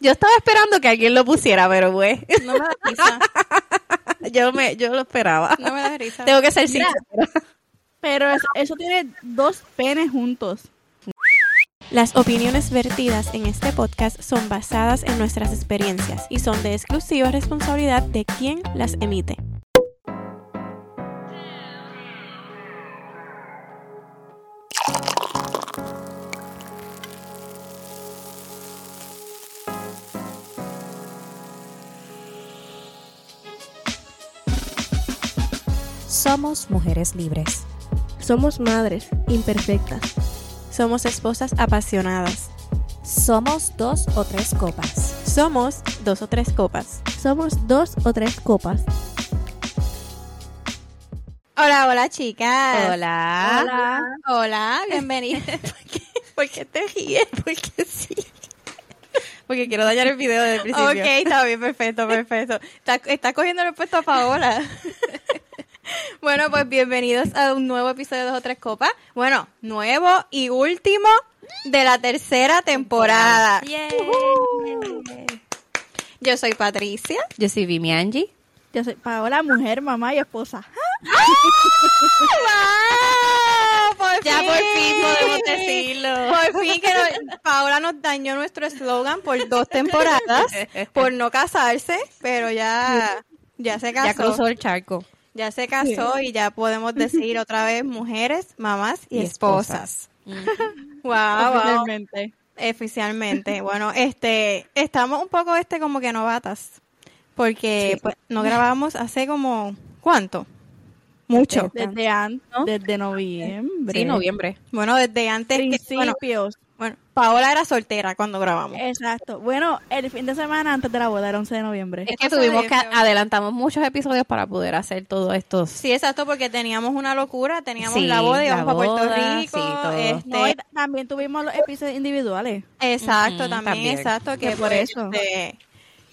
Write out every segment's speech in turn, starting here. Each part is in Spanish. Yo estaba esperando que alguien lo pusiera, pero güey, No me da risa. yo me, yo lo esperaba. No me da risa. Tengo que ser Mira. sincera. Pero es- eso tiene dos penes juntos. Las opiniones vertidas en este podcast son basadas en nuestras experiencias y son de exclusiva responsabilidad de quien las emite. Somos mujeres libres. Somos madres imperfectas. Somos esposas apasionadas. Somos dos o tres copas. Somos dos o tres copas. Somos dos o tres copas. Hola, Ah, hola, chicas. Hola. Hola. Hola, bienvenidos. ¿Por qué te ríes? Porque sí. Porque quiero dañar el video desde el principio. ok, está bien, perfecto, perfecto. Está, está cogiendo el puesto a Paola. bueno, pues bienvenidos a un nuevo episodio de Dos o Tres Copas. Bueno, nuevo y último de la tercera temporada. Ujú. Yo soy Patricia. Yo soy Vimi Angie. Yo soy Paola, mujer, mamá y esposa. Por Ya por fin podemos decirlo. Por fin que no- Paola nos dañó nuestro eslogan por dos temporadas por no casarse, pero ya ya se casó. Ya cruzó el charco. Ya se casó y ya podemos decir otra vez mujeres, mamás y, Y esposas. esposas. Ah, Wow, wow. Oficialmente. Oficialmente. Bueno, este, estamos un poco este como que novatas. Porque pues, no grabamos hace como, ¿cuánto? Mucho. Desde, an- ¿No? desde noviembre. Sí, noviembre. Bueno, desde antes que, bueno, Principios. Bueno, Paola era soltera cuando grabamos. Eh, Exacto. Bueno, el fin de semana antes de la boda, el 11 de noviembre. Es Este que que tuvimos se que debió. adelantamos muchos episodios para poder hacer todos estos. Sí, exacto, porque teníamos una locura, teníamos Sí, la boda, la íbamos a Puerto boda, Rico. sí, todo. este, No, y también tuvimos los episodios individuales. exacto, Ujú, también, también. exacto, que Que por por eso. eso.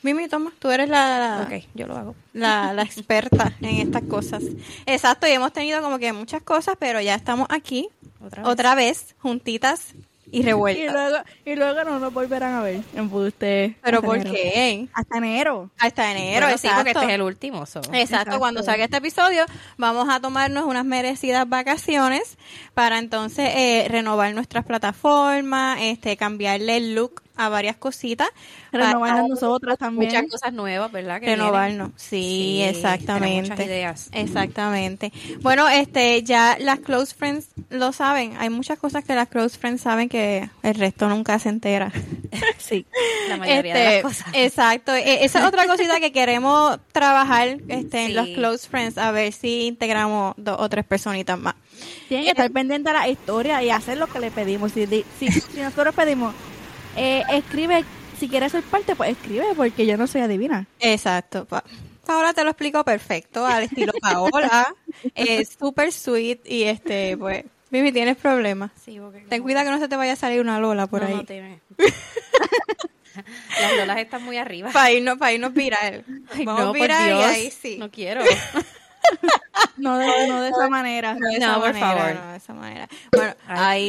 Mimi, toma, tú eres la, la, Ok, yo lo hago. la, la experta en estas cosas. Exacto, y hemos tenido como que muchas cosas, pero ya estamos aquí otra vez, juntitas y Y revueltas. luego, y luego no nos volverán a ver. En ustedes. ¿Pero por qué? Hasta enero. Hasta enero, Bueno, sí, exacto. porque este es el último. so. Exacto, Exacto. cuando salga este episodio vamos a tomarnos unas merecidas vacaciones para entonces eh, renovar nuestras plataformas, este, cambiarle el look a varias cositas. Ah, para Renovarnos nosotras también. Muchas cosas nuevas, ¿verdad? Que vienen. Renovarnos, sí, tenemos exactamente. muchas ideas. Exactamente. Bueno, este, ya las close friends lo saben. Hay muchas cosas que las close friends saben que el resto nunca se entera. Sí. La mayoría de Este, las cosas. Exacto. E- Esa es otra cosita que queremos trabajar este, en Sí. los close friends, a ver si integramos dos o tres personitas más. Tienen que estar pendientes a la historia y hacer lo que le pedimos. Si, di- si, si nosotros pedimos, eh, escribe, si quieres ser parte, pues escribe, porque yo no soy adivina. Exacto. Pa- Paola te lo explico perfecto, al estilo Paola. es súper sweet y este, pues, Mimi, tienes problemas. Sí, porque Ten cuidado que no se te vaya a salir una lola por No, ahí. no tiene. Las lolas están muy arriba. Para irnos, para irnos viral. Ay, Vamos no, por viral y Dios. ahí sí. No quiero. No de, no de esa manera. No, de No, esa por manera, favor. no, de esa manera. Bueno, ahí, Ahí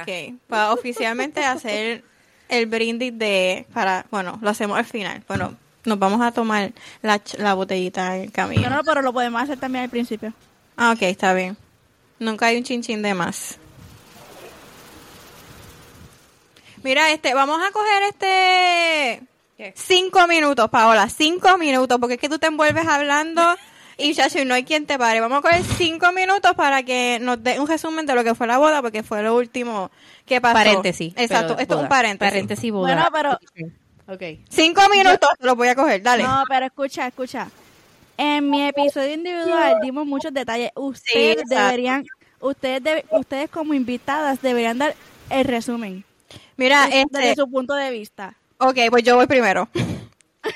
está. Ok. Para oficialmente hacer el brindis de. para Bueno, lo hacemos al final. Bueno, nos vamos a tomar la, ch- la botellita en el No, camino. no, pero lo podemos hacer también al principio. Ah, ok, está bien. Nunca hay un chinchín de más. Mira, este, vamos a coger este. ¿Qué? Cinco minutos, Paola, cinco minutos, porque es que tú te envuelves hablando y chacho, y no hay quien te pare. Vamos a coger cinco minutos para que nos dé un resumen de lo que fue la boda, porque fue lo último que pasó. Paréntesis. Exacto, pero esto es un boda. paréntesis. Paréntesis Bueno, boda. pero, Ok. Cinco minutos, te lo voy a coger, dale. no, pero escucha, escucha. En mi episodio individual dimos muchos detalles. Ustedes exacto. deberían, ustedes, debe- ustedes como invitadas deberían dar el resumen Mira, desde este, su punto de vista. ok, pues yo voy primero.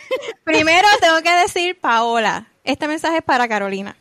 primero tengo que decir, Paola, este mensaje es para Carolina.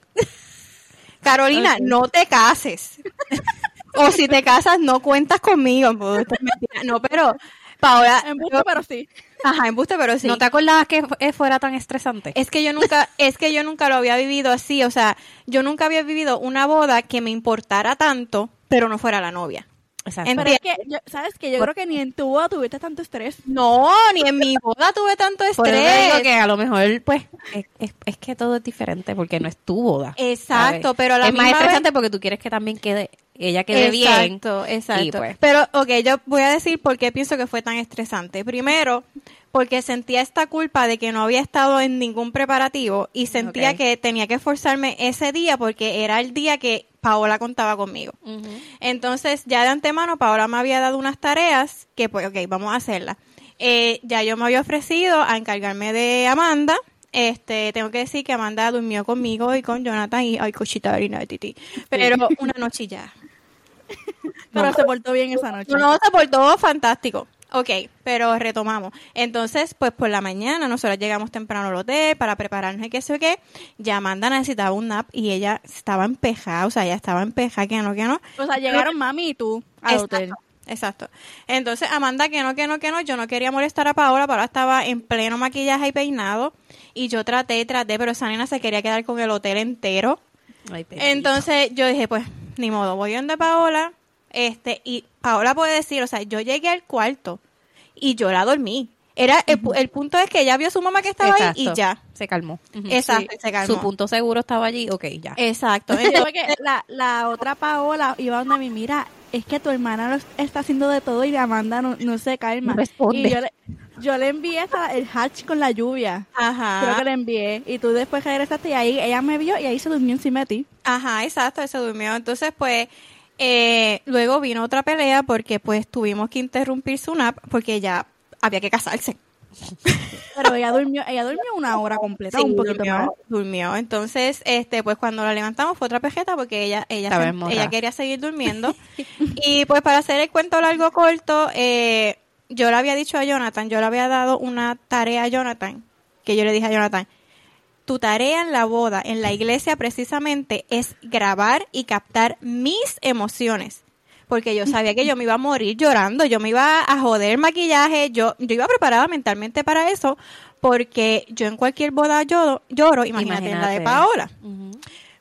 Carolina, no te cases. o si te casas, no cuentas conmigo. Esto es mentira. No, pero Paola, En gusto, pero sí. Ajá, embuste, pero sí. ¿No te acordabas que fu- eh, fuera tan estresante? Es que yo nunca, es que yo nunca lo había vivido así, o sea, yo nunca había vivido una boda que me importara tanto, pero no fuera la novia. Exacto. Pero es que, yo- ¿sabes que Yo creo que ni en tu boda tuviste tanto estrés. No, ni en mi boda tuve tanto Por eso te digo estrés. que a lo mejor, pues, es, es- es que todo es diferente porque no es tu boda. Exacto, ¿sabes? pero a la es más misma vez- estresante porque tú quieres que también quede, ella quede bien. Exacto, exacto. pues- Pero, ok, yo voy a decir por qué pienso que fue tan estresante. Primero, porque sentía esta culpa de que no había estado en ningún preparativo y sentía Ok. que tenía que esforzarme ese día porque era el día que Paola contaba conmigo. Entonces, ya de antemano, Paola me había dado unas tareas que, pues, ok, vamos a hacerlas. Eh, ya yo me había ofrecido a encargarme de Amanda. Este, tengo que decir que Amanda durmió conmigo y con Jonathan y, ay, cochita de harina de tití. Pero una noche ya. Pero se portó bien esa noche. No, se portó fantástico. Ok, pero retomamos. Entonces, pues por la mañana nosotros llegamos temprano al hotel para prepararnos y qué sé yo qué. Ya Amanda necesitaba un nap y ella estaba empejada, o sea, ella estaba empejada, que no, que no. O sea, llegaron mami y tú al Exacto, hotel. Exacto. Entonces, Amanda, que no, que no, que no, yo no quería molestar a Paola, Paola estaba en pleno maquillaje y peinado y yo traté, traté, pero esa nena se quería quedar con el hotel entero. Ay, bendito. Entonces yo dije, pues, ni modo, voy donde Paola, este, y Paola puede decir, o sea, yo llegué al cuarto y yo la dormí. Era el, pu- el punto es que ella vio a su mamá que estaba ahí y Exacto. ya. Se calmó. Ujú. Exacto, y se calmó. Eh, Su punto seguro estaba allí, ok, ya. Exacto. Sí, Entonces, porque la, la otra Paola iba donde mi mira, es que tu hermana lo es- está haciendo de todo y Amanda no, no se calma. No responde. Y yo le, yo le envié hasta el hatch con la lluvia. Creo que ajá. le envié. Y tú después regresaste y ahí ella me vio y ahí se durmió encima de ti. Ajá, exacto, se durmió. Entonces, pues, eh, luego vino otra pelea porque pues tuvimos que interrumpir su nap porque ya había que casarse. Pero ella durmió, ella durmió una hora completa, Sí, un poquito durmió, más. durmió. Entonces, este, pues cuando la levantamos fue otra pejeta porque ella, ella, Estaba se- enmorrada. ella quería seguir durmiendo. y pues para hacer el cuento largo corto, eh, yo le había dicho a Jonathan, yo le había dado una tarea a Jonathan, que yo le dije a Jonathan, tu tarea en la boda, en la iglesia precisamente, es grabar y captar mis emociones. Porque yo sabía que yo me iba a morir llorando, yo me iba a joder maquillaje, yo, yo iba preparada mentalmente para eso, porque yo en cualquier boda lloro, lloro imagínate, en la de Imagínate. Paola. Ujú.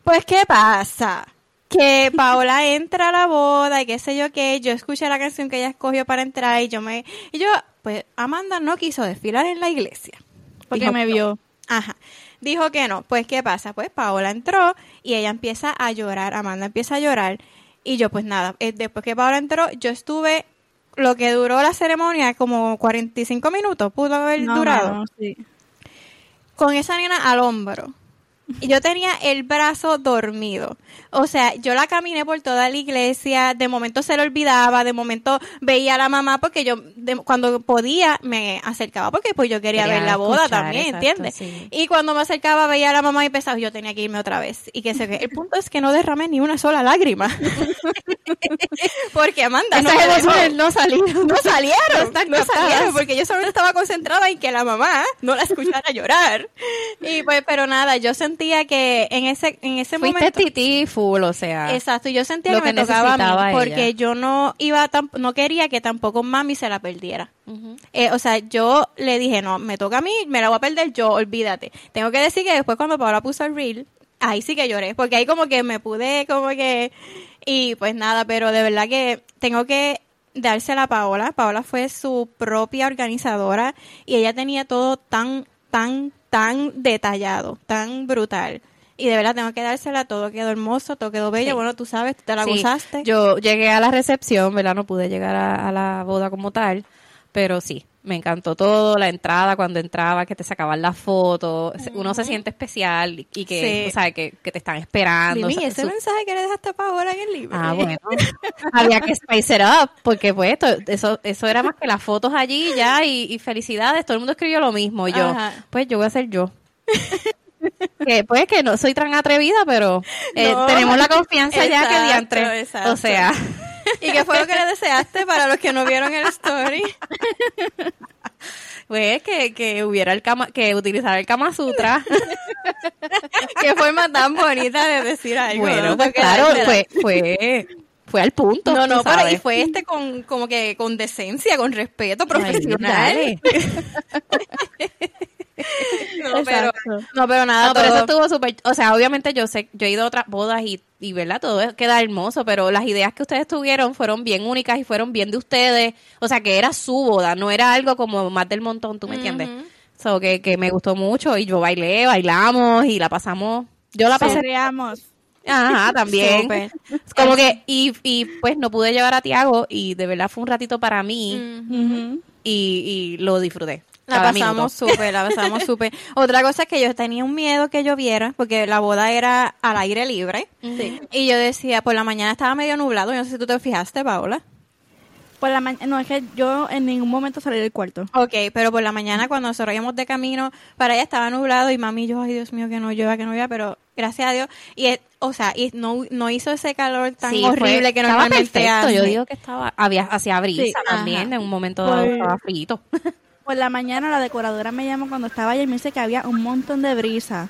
Pues, ¿qué pasa? Que Paola entra a la boda y qué sé yo qué. Yo escuché la canción que ella escogió para entrar y yo me. Y yo, pues, Amanda no quiso desfilar en la iglesia. Porque Dijo me que no. vio. Ajá. Dijo que no. Pues, ¿qué pasa? Pues, Paola entró y ella empieza a llorar. Amanda empieza a llorar. Y yo, pues nada. eh, Después que Paola entró, yo estuve. Lo que duró la ceremonia, como 45 minutos, pudo haber No, durado no, sí. con esa nena al hombro. Y yo tenía el brazo dormido. O sea, yo la caminé por toda la iglesia, de momento se le olvidaba, de momento veía a la mamá porque yo de- cuando podía me acercaba porque pues yo quería, Quería ver la boda escuchar, también, exacto, ¿entiendes? sí. Y cuando me acercaba veía a la mamá y pensaba, yo tenía que irme otra vez. Y que se El punto es que no derramé ni una sola lágrima. porque Amanda, no Esas me dejó. emociones no salieron. No salieron, no, están captadas. salieron, porque yo solo estaba concentrada en que la mamá no la escuchara llorar. Y pues, pero nada, yo sentía que en ese, en ese Fuiste momento. tití full, o sea. Exacto, y yo sentía lo que me que tocaba a necesitaba mí, ella. porque yo no iba tan, no quería que tampoco mami se la perdiera. Ujú. Eh, o sea, yo le dije, no, me toca a mí, me la voy a perder yo, olvídate. Tengo que decir que después cuando Paola puso el reel, ahí sí que lloré, porque ahí como que me pude, como que... Y pues nada, pero de verdad que tengo que dársela a Paola. Paola fue su propia organizadora y ella tenía todo tan, tan, tan detallado, tan brutal. Y de verdad tengo que dársela, todo quedó hermoso, todo quedó bello. Bueno, tú sabes, tú te la Sí, gozaste. Yo llegué a la recepción, ¿verdad? No pude llegar a, a la boda como tal, pero sí, me encantó todo, la entrada, cuando entraba, que te sacaban las fotos, se- uno se siente especial y que, Sí. o sea, que, que te están esperando. Mimi, o sea, ese su- mensaje que le dejaste a Paola en el libro. Ah, bueno. Había que spice it up, porque pues esto, eso, eso era más que las fotos allí ya y, y felicidades, todo el mundo escribió lo mismo. Y yo, Ajá. pues yo voy a ser yo. que pues que no soy tan atrevida, pero eh, No. tenemos la confianza ya que Exacto, diantre. exacto. O sea, ¿Y qué fue lo que le deseaste para los que no vieron el story? pues que, que hubiera el Kama- que utilizar el Kama Sutra. qué forma tan bonita de decir algo. bueno, ¿no? pues Porque claro, la- fue, fue, fue al punto. No, no, tú pero y sabes. fue este con como que con decencia, con respeto Ay, profesional. dale. No, pero, no, pero nada, Ah, No, pero eso todo- estuvo súper. O sea, obviamente yo sé, yo he ido a otras bodas y, y ¿verdad? Todo es- queda hermoso, pero las ideas que ustedes tuvieron fueron bien únicas y fueron bien de ustedes. O sea, que era su boda, no era algo como más del montón, ¿tú me entiendes? So, que, que me gustó mucho y yo bailé, bailamos y la pasamos. Yo Ah, pues, la pasé. Sonreamos. Ajá, también. Súper. Es Como que, y, y pues no pude llevar a Tiago y de verdad fue un ratito para mí y, y lo disfruté. Mm. La cada pasamos minuto. súper, la pasamos súper. Otra cosa es que yo tenía un miedo que lloviera, porque la boda era al aire libre. Y yo decía, por la mañana estaba medio nublado, yo no sé si tú te fijaste, Paola. Por la mañana, no, es que yo en ningún momento salí del cuarto. Ok, pero por la mañana cuando nosotros íbamos de camino para allá estaba nublado y mami y yo, ay Dios mío, que no llueva, que no llueva, pero gracias a Dios. Y, es- o sea, y no, no hizo ese calor tan Sí, horrible fue- que estaba normalmente perfecto. hace. Yo digo que estaba, había, hacía brisa Sí, también, ajá. en un momento dado Pues- estaba frito. Por la mañana la decoradora me llamó cuando estaba allá y me dice que había un montón de brisa.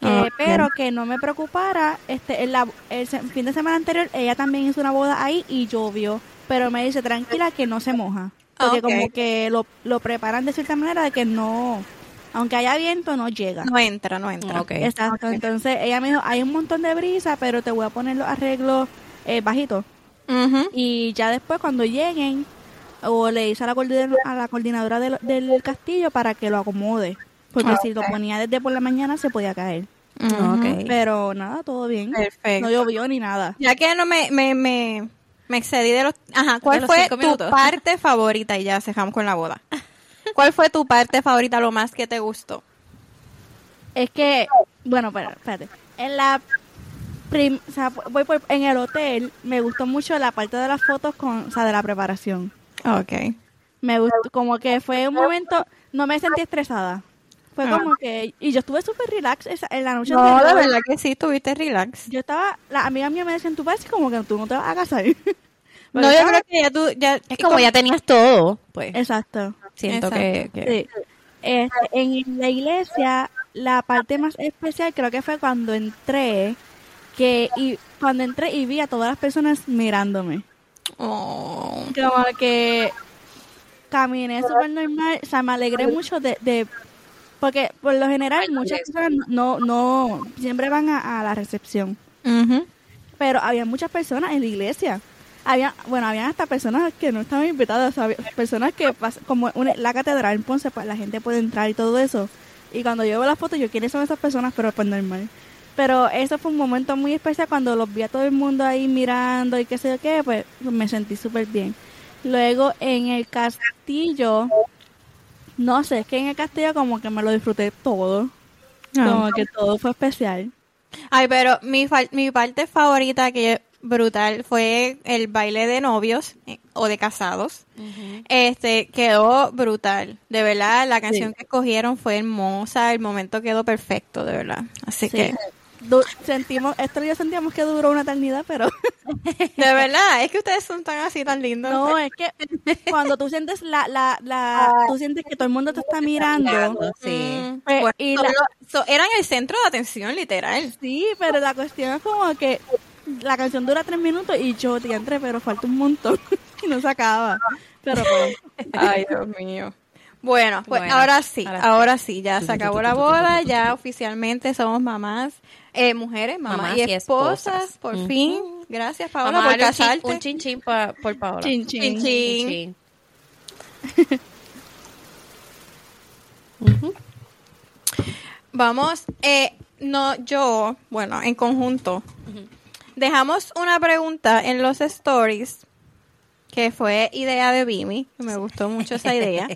Que- Ah, pero que no me preocupara, este en la- el, se- fin de semana anterior ella también hizo una boda ahí y llovió, pero me dice tranquila que no se moja, Ah, porque ok. como que lo, lo preparan de cierta manera de que no, aunque haya viento no llega. No entra, no entra. Ok. Exacto, entonces ella me dijo, hay un montón de brisa, pero te voy a poner los arreglos eh, bajitos. Ujú. Y ya después cuando lleguen, o le hice a la, coordin- a la coordinadora del, del castillo para que lo acomode. Porque si lo ponía desde por la mañana se podía caer. Ujú. Pero nada, todo bien. Perfecto. No llovió ni nada. Ya que no me, me, me, me excedí de los... Ajá, ¿cuál los fue cinco tu minutos. parte favorita? Y ya dejamos con la boda. ¿Cuál fue tu parte favorita, lo más que te gustó? Es que, bueno, espera- espérate. En la... prim- o sea, voy por- en el hotel me gustó mucho la parte de las fotos con, o sea, de la preparación. Ok. Me gustó, como que fue un momento, no me sentí estresada. Fue como que, y yo estuve súper relax esa- en la noche Ah. No, anterior. la verdad que sí, estuviste relax. Yo estaba, las amigas mías me decían, tú pareces como que tú no te vas a casar. No, yo creo que ya tú... Ya, Es como ya tenías todo, pues Exacto. siento que, que- Sí. Este, en la iglesia, la parte más especial creo que fue cuando entré, que y cuando entré y vi a todas las personas mirándome. Oh. Como que caminé súper normal, o sea, me alegré mucho de, de- porque por lo general muchas personas no, no, siempre van a- a la recepción. Ujú. pero había muchas personas en la iglesia. Había, bueno, había hasta personas que no estaban invitadas, o sea, había personas que, pas- como una- la catedral en Ponce, pues la gente puede entrar y todo eso. Y cuando yo veo las fotos, yo, ¿quiénes son esas personas? Pero pues normal. Pero eso fue un momento muy especial cuando los vi a todo el mundo ahí mirando y qué sé yo qué, pues me sentí súper bien. Luego en el castillo, no sé, es que en el castillo como que me lo disfruté todo. Como que todo fue especial. Ay, pero mi, fal- mi parte favorita que brutal fue el baile de novios eh, o de casados. Este quedó brutal, de verdad. La canción que escogieron fue hermosa, el momento quedó perfecto, de verdad. Así que, Du- sentimos, esto yo sentíamos que duró una eternidad, pero de verdad, es que ustedes son tan así, tan lindos. no, es que cuando tú sientes la, la, la, tú sientes que todo el mundo te está mirando. Sí. pues, Bueno, y la- solo- so- eran el centro de atención, literal. sí, pero la cuestión es como que la canción dura tres minutos y yo te entré, pero falta un montón y no se acaba. Pero pues, Ay, Dios mío. Bueno, pues Bueno, ahora sí, ahora, ahora sí, ya se acabó la boda, ya oficialmente somos mamás, eh, mujeres, mamás, Mamás y y esposas, esposas. por Ujú. fin. Gracias, Paola, Vamos a por darle un chin- casarte. un chin chin pa- por Paola. chin, chin. Chin, chin. Chin, chin. Ujú. Vamos, eh, no, yo, bueno, en conjunto, dejamos una pregunta en los stories que fue idea de Bimi, que me gustó mucho esa idea,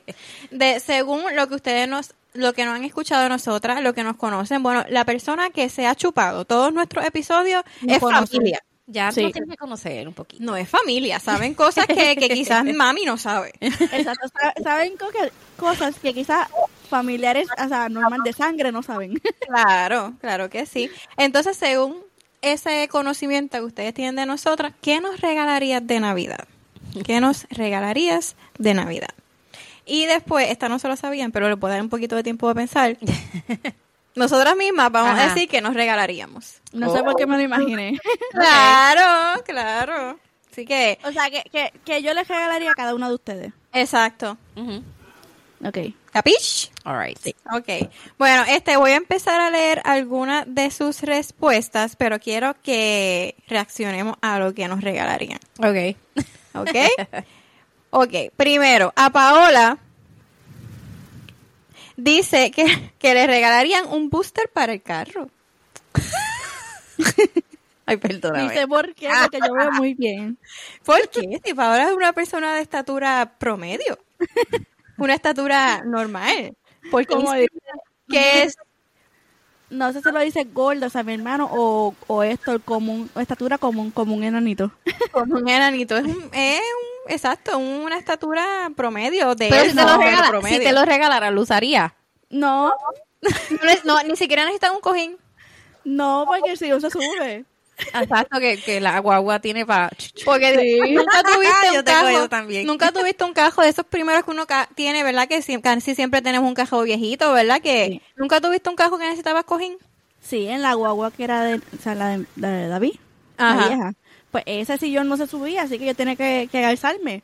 de según lo que ustedes nos, lo que nos han escuchado de nosotras, lo que nos conocen, bueno, la persona que se ha chupado todos nuestros episodios Nos es conoce. familia. Ya Sí. no tienes que conocer un poquito. No es familia, saben cosas que, que quizás mami no sabe. exacto, sa- saben como que cosas que quizás familiares, o sea, normal de sangre no saben. Claro, claro que sí. Entonces, según ese conocimiento que ustedes tienen de nosotras, ¿qué nos regalarías de Navidad? ¿Qué nos regalarías de Navidad? Y después, esta no se lo sabían, pero les puedo dar un poquito de tiempo de pensar. Nosotras mismas vamos a Ajá. decir que nos regalaríamos. No sé por qué me lo imaginé. Claro, claro. Así que, O sea, que, que, que yo les regalaría a cada uno de ustedes. exacto. Ujú. Ok. ¿Capish? All right. Ok. Bueno, este voy a empezar a leer algunas de sus respuestas, pero quiero que reaccionemos a lo que nos regalarían. Ok. ¿Ok? ok, primero, a Paola dice que, que le regalarían un booster para el carro. Ay, perdóname. Dice, ¿por qué? Porque yo veo muy bien. ¿Por qué? Si Paola es una persona de estatura promedio, una estatura normal. Porque Pues Como dice que es No sé si lo dice gordo, o sea, mi hermano, o, o esto, el común, o estatura común, como un enanito. como un enanito, es un, es un- exacto, una estatura promedio de Pero él, si te, lo no, pero regala- promedio. si te lo regalara, ¿lo usaría? No, No le- no, ni siquiera necesitan un cojín. no, porque si uno se sube. Exacto, que, que la guagua tiene para... Porque Sí. nunca tuviste Yo un tengo cajo. eso también. Nunca tuviste un cajo de esos primeros que uno ca- tiene, ¿verdad? Que si- casi siempre tenemos un cajo viejito, ¿verdad? Que Sí. nunca tuviste un cajo que necesitabas cojín. Sí, en la guagua que era de, o sea, la de, la de David, Ajá. la vieja. Pues ese sillón no se subía, así que yo tenía que, que alzarme.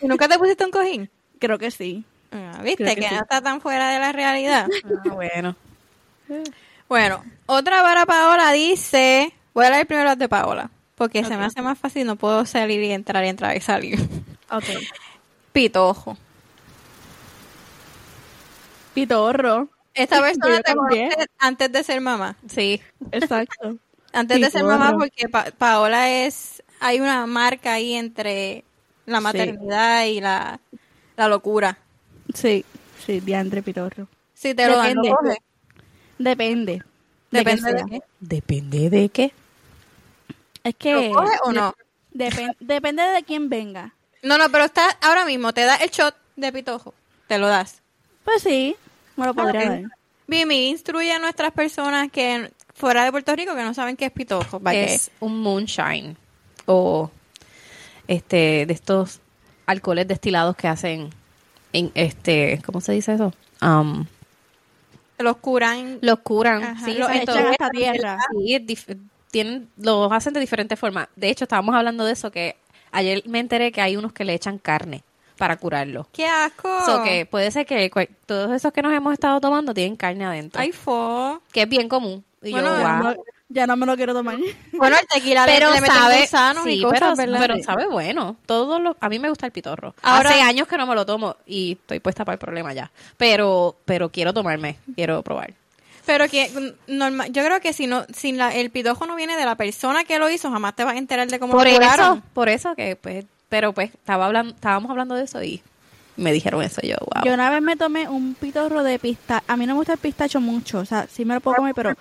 ¿Y nunca te pusiste un cojín? Creo que sí. Ah, ¿Viste? Creo Que, que sí. no está tan fuera de la realidad. bueno. bueno, otra para Paola dice... Voy a leer primero las de Paola. Porque se me hace más fácil, no puedo salir y entrar y entrar y salir. Ok. Pitojo. Pitorro. Esta Yo persona te también. conoce antes de ser mamá. Sí. Exacto. Antes de ser Pitorro. mamá, porque Pa- Paola es. Hay una marca ahí entre la maternidad y la, la locura. Sí, sí, diantre pitorro. Si te lo dan, lo Depende. coges. Depende. de Depende qué de sea. qué. Depende de qué. Es ¿Lo que coges o no? depen- depende de quién venga. No, no, pero está ahora mismo. Te da el shot de pitojo. Te lo das. Pues sí, me lo podría Ok. dar. Mimi, instruye a nuestras personas que fuera de Puerto Rico que no saben qué es pitojo. para que- Es un moonshine o este de estos alcoholes destilados que hacen en este ¿cómo se dice eso? Um, Am, los curan. los curan, Ajá, sí, los son echan todos- hasta tierra. Sí, es dif- tienen los hacen de diferentes formas. De hecho, estábamos hablando de eso que ayer me enteré que hay unos que le echan carne para curarlo. ¡Qué asco! So que puede ser que cual- todos esos que nos hemos estado tomando tienen carne adentro, Ay, fo. que es bien común. Y yo, Bueno, "Guau". No, ya no me lo quiero tomar. Bueno, el tequila le- pero le meten sabe gusanos y sí, cosas, pero, ¿verdad? pero sabe bueno todos los a mí me gusta el pitorro Ahora- hace años que no me lo tomo y estoy puesta para el problema ya pero pero quiero tomarme quiero probar Pero que mm, norma- yo creo que si no, si la- el pitojo no viene de la persona que lo hizo, jamás te vas a enterar de cómo por lo eso curaron. por eso que pues pero pues estaba hablando estábamos hablando de eso y me dijeron eso yo wow Yo una vez me tomé un pitorro de pistacho. A mí no me gusta el pistacho mucho. O sea, sí me lo puedo comer, pero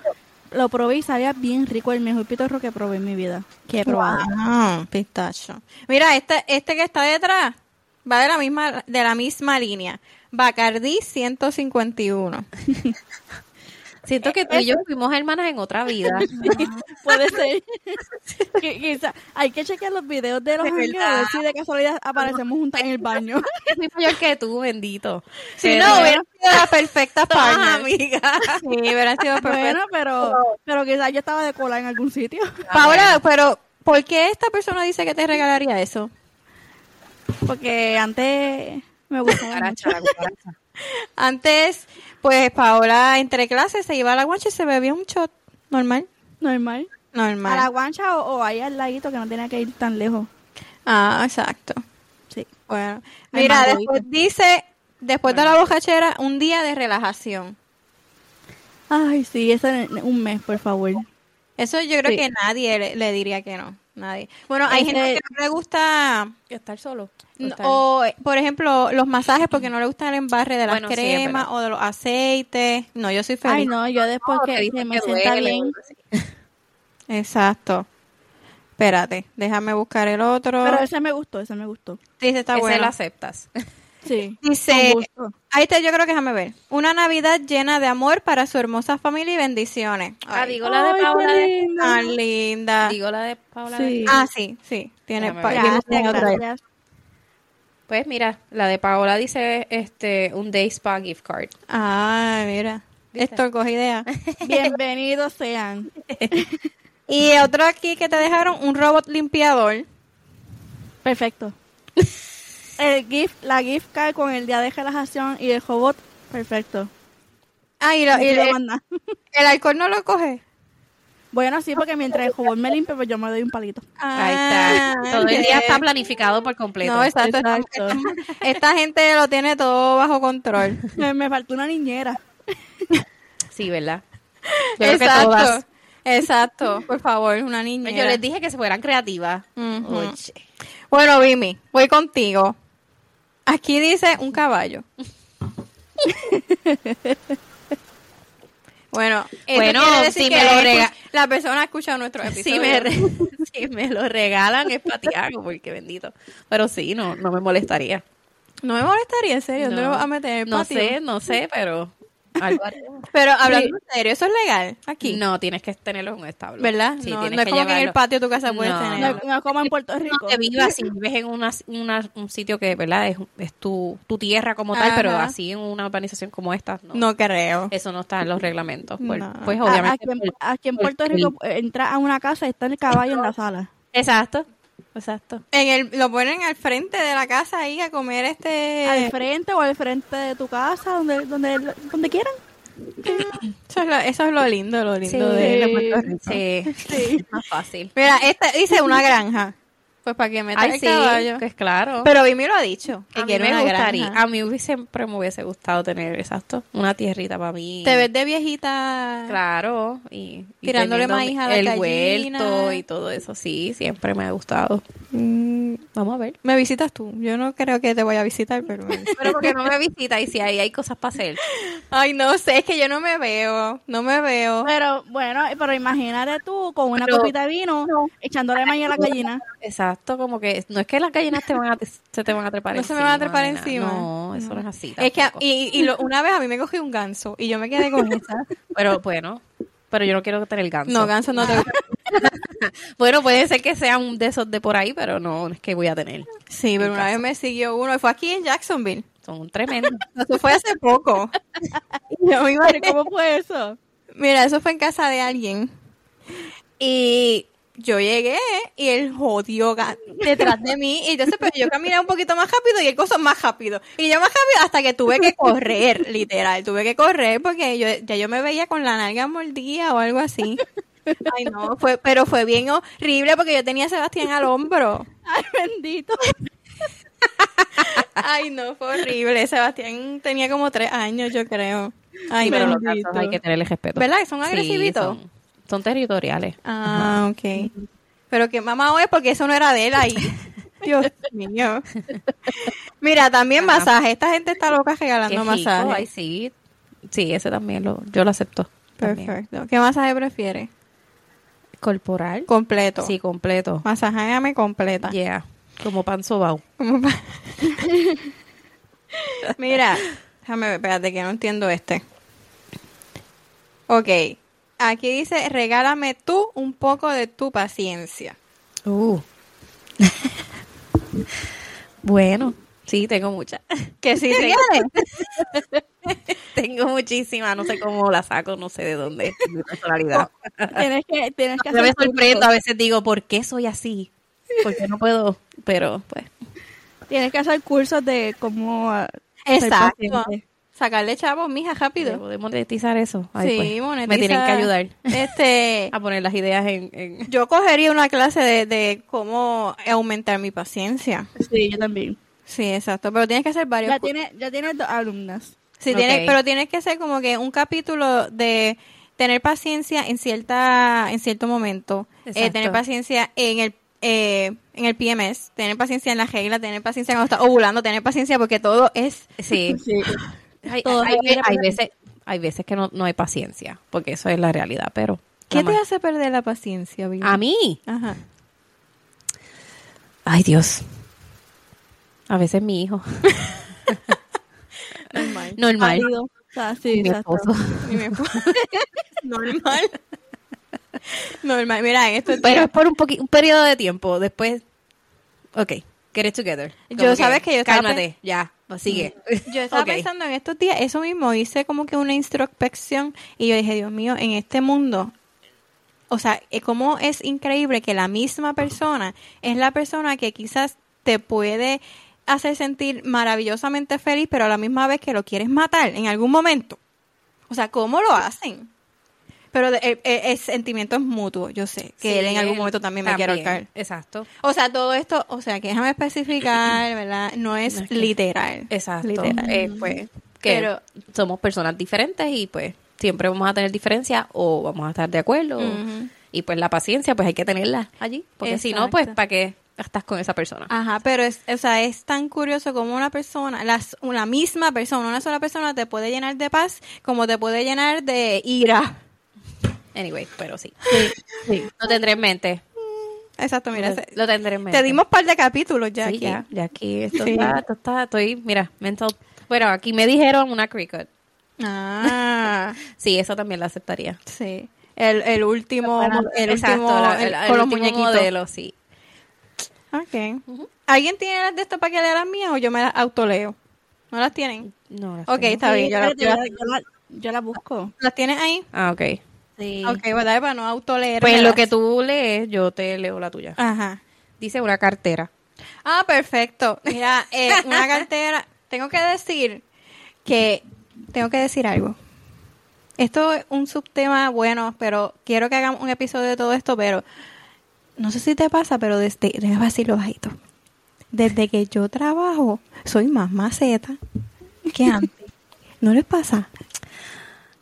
lo probé y sabía bien rico. El mejor pitorro que probé en mi vida. Que he probado. Ah, pistacho. Mira, este, este que está detrás va de la misma, de la misma línea. Bacardí 151. siento que tú y yo fuimos hermanas en otra vida Puede ser. Qui- quizá- Hay que chequear los videos de los De años a ver si de casualidad aparecemos juntas en el baño. Yo soy mayor que tú bendito Si Pero- no, hubieran sido las perfectas Ah, partners. amiga. Sí, hubieran sido perfectas. Bueno, pero, pero quizás yo estaba de cola en algún sitio. Paola, pero ¿por qué esta persona dice que te regalaría eso? Porque antes me gustaba. mucho. Cucaracha, la cucaracha. Antes, pues Paola entre clases se iba a la guancha y se bebía un shot. Normal. Normal. Normal. A la guancha o, o ahí al ladito que no tenía que ir tan lejos. Ah, exacto. Sí. Bueno, Ay, mira, mango, después dice, después de la bocachera, un día de relajación. Ay, sí, eso en un mes, por favor. Eso yo creo Sí. que nadie le, le diría que no. Nadie. Bueno, hay Ese- gente que no le gusta, estar solo n- o eh, por ejemplo, los masajes porque no le gusta el embarre de las Bueno, sí, es cremas verdad. o de los aceites. No, yo soy feliz. Ay, no, yo después No, que que, dicen se me que sienta duele, bien. Exacto. Espérate, déjame buscar el otro. Pero ese me gustó, ese me gustó. dice, está ese bueno. lo aceptas Sí. Dice, con gusto. ahí está, yo creo que déjame ver. Una Navidad llena de amor para su hermosa familia y bendiciones. ah Ay, digo la de Ay, qué Paola de- lindo. tan linda. digo la de Paola de- Sí. Ah, sí, sí. Tiene Déjame pa- ver. viene- tiene otra vez. gracias. Pues mira, la de Paola dice este un day spa gift card. Ah, mira. Esto coge idea. Bienvenidos sean. Y otro aquí que te dejaron, un robot limpiador. Perfecto. el gift, la gift card con el día de relajación y el robot, perfecto. Ah, y, lo- No y quiero el, más nada. el alcohol no lo coge. Bueno, sí, porque mientras el robot me limpia, pues yo me doy un palito. Ahí está. Ah, Todo el día ok. está planificado por completo. No, exacto. estamos- Exacto. estamos- Esta gente lo tiene todo bajo control. Me, me faltó una niñera. Sí, ¿verdad? Yo creo que todas. Exacto. Exacto. Por favor, una niña. Pues Yo les dije que se fueran creativas. Ujú. Oye. Bueno, Vimi, voy contigo. Aquí dice un caballo. bueno, eso Bueno, quiere decir si que me lo escu- rega- La persona ha escuchado nuestro episodio. Si me, re- si me lo regalan es para Tiago, porque bendito. Pero sí, no, no me molestaría. No me molestaría, en serio. ¿Dónde No. lo vas a meter? en el No patio? sé, no sé, pero algo haré. Pero hablando en serio, eso es legal aquí. No, tienes que tenerlo en un establo. ¿Verdad? Sí, no, tienes no es que como que en el llevarlo. patio de tu casa puedes No. No, tenerlo. no como en Puerto Rico. que vivas, si vives en una, una- un sitio que, ¿verdad? Es, es tu, tu tierra como tal, Ajá. pero así en una urbanización como esta, no. No, creo. Eso no está en los reglamentos. Pues, No. Ah, pues, A- obviamente. Ah, aquí, en, por- aquí en por Puerto el- Rico eh, entra a una casa y está el caballo en la sala. Exacto, exacto. En el, lo ponen al frente de la casa ahí a comer este... Al frente o al frente de tu casa, donde, donde, donde quieran. Eso es lo, eso es lo lindo, lo lindo Sí. de, de Puerto Rico. Sí, es más fácil. Mira, esta dice una granja. Pues para que meta Ay, el sí, caballo. pues claro. Pero Vimi lo ha dicho, que a mí quiere me una gustaría, granja. a mí hubiese- siempre me hubiese gustado tener, exacto, una tierrita para mí. Te ves de Ah. viejita. Claro, y, y Tirándole teniendo maíz a la El gallina. huerto y todo eso, sí, siempre me ha gustado. Mm, Vamos a ver. me visitas tú. Yo no creo que te voy a visitar, pero... me visitas. Pero porque no me visita y si ahí hay cosas para hacer. Ay, no sé, es que yo no me veo. No me veo. Pero bueno, eh, pero imagínate tú con una Pero- copita de vino echándole maíz a la gallina. Exacto, como que no es que las gallinas te van a, se te van a trepar No se encima. me van a trepar nena. encima. No, eso no, es así. Es que tampoco. y, y lo- una vez a mí me cogí un ganso y yo me quedé con esa. Pero bueno, pero yo no quiero tener ganso. No, ganso no te Bueno, puede ser que sea un de esos de por ahí, pero no es que voy a tener. Sí, pero En una vez me siguió uno y fue aquí en Jacksonville. Son un tremendo. Eso fue hace poco. Y yo me iba a Pero, ¿Cómo fue eso? Mira, eso fue en casa de alguien. Y yo llegué y él jodió ga- detrás de mí. Y entonces, pero yo caminaba un poquito más rápido y él cosa más rápido. Y yo más rápido hasta que tuve que correr, literal. Tuve que correr porque yo, ya yo me veía con la nalga mordida o algo así. Ay, no, fue, pero fue bien horrible porque yo tenía a Sebastián al hombro. Ay, bendito. Ay, no, fue horrible. Sebastián tenía como tres años, yo creo. Ay, pero los bendito. gansos hay que tenerles respeto. ¿Verdad? ¿Son Sí, agresivitos? son, son territoriales. Ah, ok. Pero que mamá es porque eso no era de él ahí. Dios mío. Mira, también Ajá. masaje. Esta gente está loca Qué regalando rico, ay, masajes. sí. Sí, ese también lo, yo lo acepto. también. Perfecto. ¿Qué masaje prefieres? Corporal. Completo. Sí, completo. Masajeame completa. Yeah. Como pan sobao. Como pa- Mira, déjame ver, espérate que no entiendo este. Ok. Aquí dice, regálame tú un poco de tu paciencia. Uh. bueno, sí, tengo muchas. Que si te- tengo muchísimas. No sé cómo la saco, no sé de dónde. Mi personalidad. Tienes que, tienes que Yo me hacer sorprendo, a veces digo, ¿por qué soy así? ¿Por qué no puedo? Pero, pues. Tienes que hacer cursos de cómo ah, ser Exacto. paciente. Sacarle chavos, mija, rápido. ¿Podemos monetizar eso? Ay, sí, pues, monetiza. Me tienen que ayudar Ah, pues. Este, a poner las ideas en... en- yo cogería una clase de, de cómo aumentar mi paciencia. Sí, yo también. Sí, exacto. Pero tienes que hacer varios. Ya cu- tiene, ya tienes dos alumnas. sí, tienes- Ok. pero tienes que hacer como que un capítulo de tener paciencia en cierta, en cierto momento, Eh, Exacto. tener paciencia en el eh, en el PMS, tener paciencia en la regla, tener paciencia cuando estás ovulando, tener paciencia porque todo es Sí. Hay, Todo hay- requiere hay poner- veces, hay veces que no, no hay paciencia, porque eso es la realidad, pero... ¿Qué te mamá, hace perder la paciencia, Vivi? A mí. Ajá. Ay, Dios. A veces mi hijo. Normal. Normal. Válido. O sea, sí, mi exacto. esposo. Y me fue. Normal. Normal. Mira, en estos Pero días- es por un, poqui- un periodo de tiempo. Después... Ok. Get it together. Yo sabes que yo estaba Cálmate, ya. Sigue. yo estaba Ok. pensando en estos días, eso mismo, hice como que una introspección y yo dije, Dios mío, en este mundo, o sea, eh, cómo es increíble que la misma persona es la persona que quizás te puede hacer sentir maravillosamente feliz, pero a la misma vez que lo quieres matar en algún momento? O sea, ¿cómo lo hacen? Pero de- el, el- el sentimiento es mutuo, yo sé, que él en algún momento también me quiere ahorcar. Exacto. O sea, todo esto, o sea, que déjame especificar, ¿verdad? No es literal. Exacto. Literal. Eh, pues, que Pero- somos personas diferentes y pues siempre vamos a tener diferencias o vamos a estar de acuerdo. Ujú. Y pues la paciencia, pues hay que tenerla allí. Porque si no, pues, Exacto. ¿para qué estás con esa persona? Ajá, pero es, o sea, es tan curioso como una persona, las, una misma persona, una sola persona te puede llenar de paz como te puede llenar de ira. Anyway, pero sí. Lo tendré en mente. Exacto, mira, Lo- se- lo tendré en mente. te dimos par de capítulos ya Sí, aquí. ya, ya aquí. Esto está, esto está, estoy, mira, mental. Bueno, aquí me dijeron una cricket. Ah, Sí, eso también la aceptaría. sí. El, el último, el Exacto, último, la- el- el- el con los último muñequitos. modelo, sí. Ok. ¿Alguien tiene las de estas para que lea las mías o yo me las autoleo? ¿No las tienen? No, las Ok, tengo. está bien, yo las, yo, la, yo la- yo la busco. ¿las tienes ahí. Ah, ok. Sí. Ok, voy a dar para no autoleer. Pues lo que tú lees, yo te leo la tuya. Ajá. Ah. Dice una cartera. Ah, perfecto. Mira, eh, una cartera. Tengo que decir que tengo que decir algo. Esto es un subtema bueno, pero quiero que hagamos un episodio de todo esto, pero no sé si te pasa, pero desde, déjame decirlo bajito. Desde que yo trabajo, soy más maceta que antes. ¿No les pasa?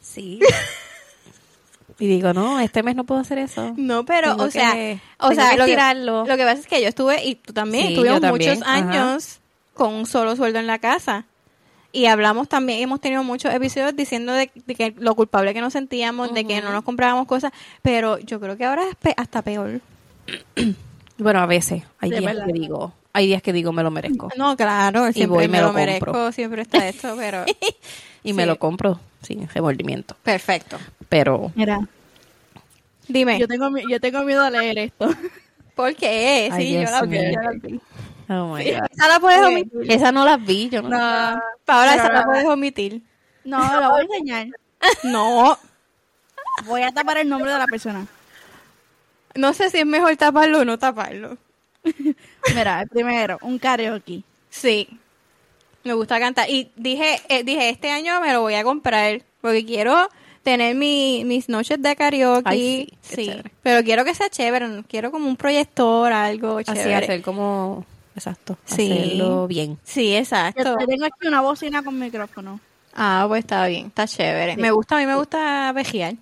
Sí. y digo, no, este mes no puedo hacer eso. No, pero, Tengo o sea, que- o tengo sea, que lo, que, estirarlo. lo que pasa es que yo estuve, y tú también, Sí, estuvimos yo muchos también, ajá. años con un solo sueldo en la casa. Y hablamos también, hemos tenido muchos episodios diciendo de, de que lo culpable que nos sentíamos, de que no nos comprábamos cosas, pero yo creo que ahora es pe- hasta peor. Bueno, a veces. Hay De días verdad. que digo, hay días que digo, me lo merezco. No, claro, siempre voy y me, me lo, lo compro. merezco, siempre está esto, pero Y me Sí. lo compro sin remordimiento. perfecto. Pero Mira, Dime, yo tengo, mi- yo tengo miedo a leer esto. ¿por qué? Sí, Ay, yo Dios la vi, mío. yo la vi. Oh my God. Esa la puedes Sí. omitir. Esa no las vi, yo no. No, Paola, Pero esa la nada. puedes omitir. No, lo voy a enseñar. No, Voy a tapar el nombre de la persona. No sé si es mejor taparlo o no taparlo. Mira, el primero, un karaoke. Sí. Me gusta cantar. Y dije, eh, dije, este año me lo voy a comprar porque quiero tener mi- mis noches de karaoke. Ay, sí, qué Sí, chévere. Pero quiero que sea chévere. no- Quiero como un proyector, algo Así, chévere. hacer como... Exacto. Sí. Hacerlo bien. Sí, Yo exacto. tengo aquí una bocina con micrófono. Ah, pues está bien, está chévere. Me gusta, a mí me gusta vejear.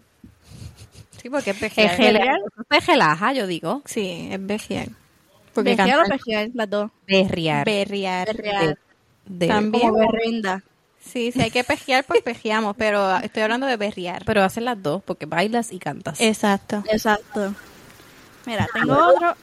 Sí, porque es vejear. Ejela- Ejelaja, yo digo. Sí, es vejear. Porque Bestial o cantar- bestial, las dos. Berriar. berrear. Berrear. De- También. Como berrinda. Sí, si hay que pejear, pues pejeamos, pero estoy hablando de berrear. Pero haces las dos, porque bailas y cantas. Exacto. Exacto. Mira, tengo otro.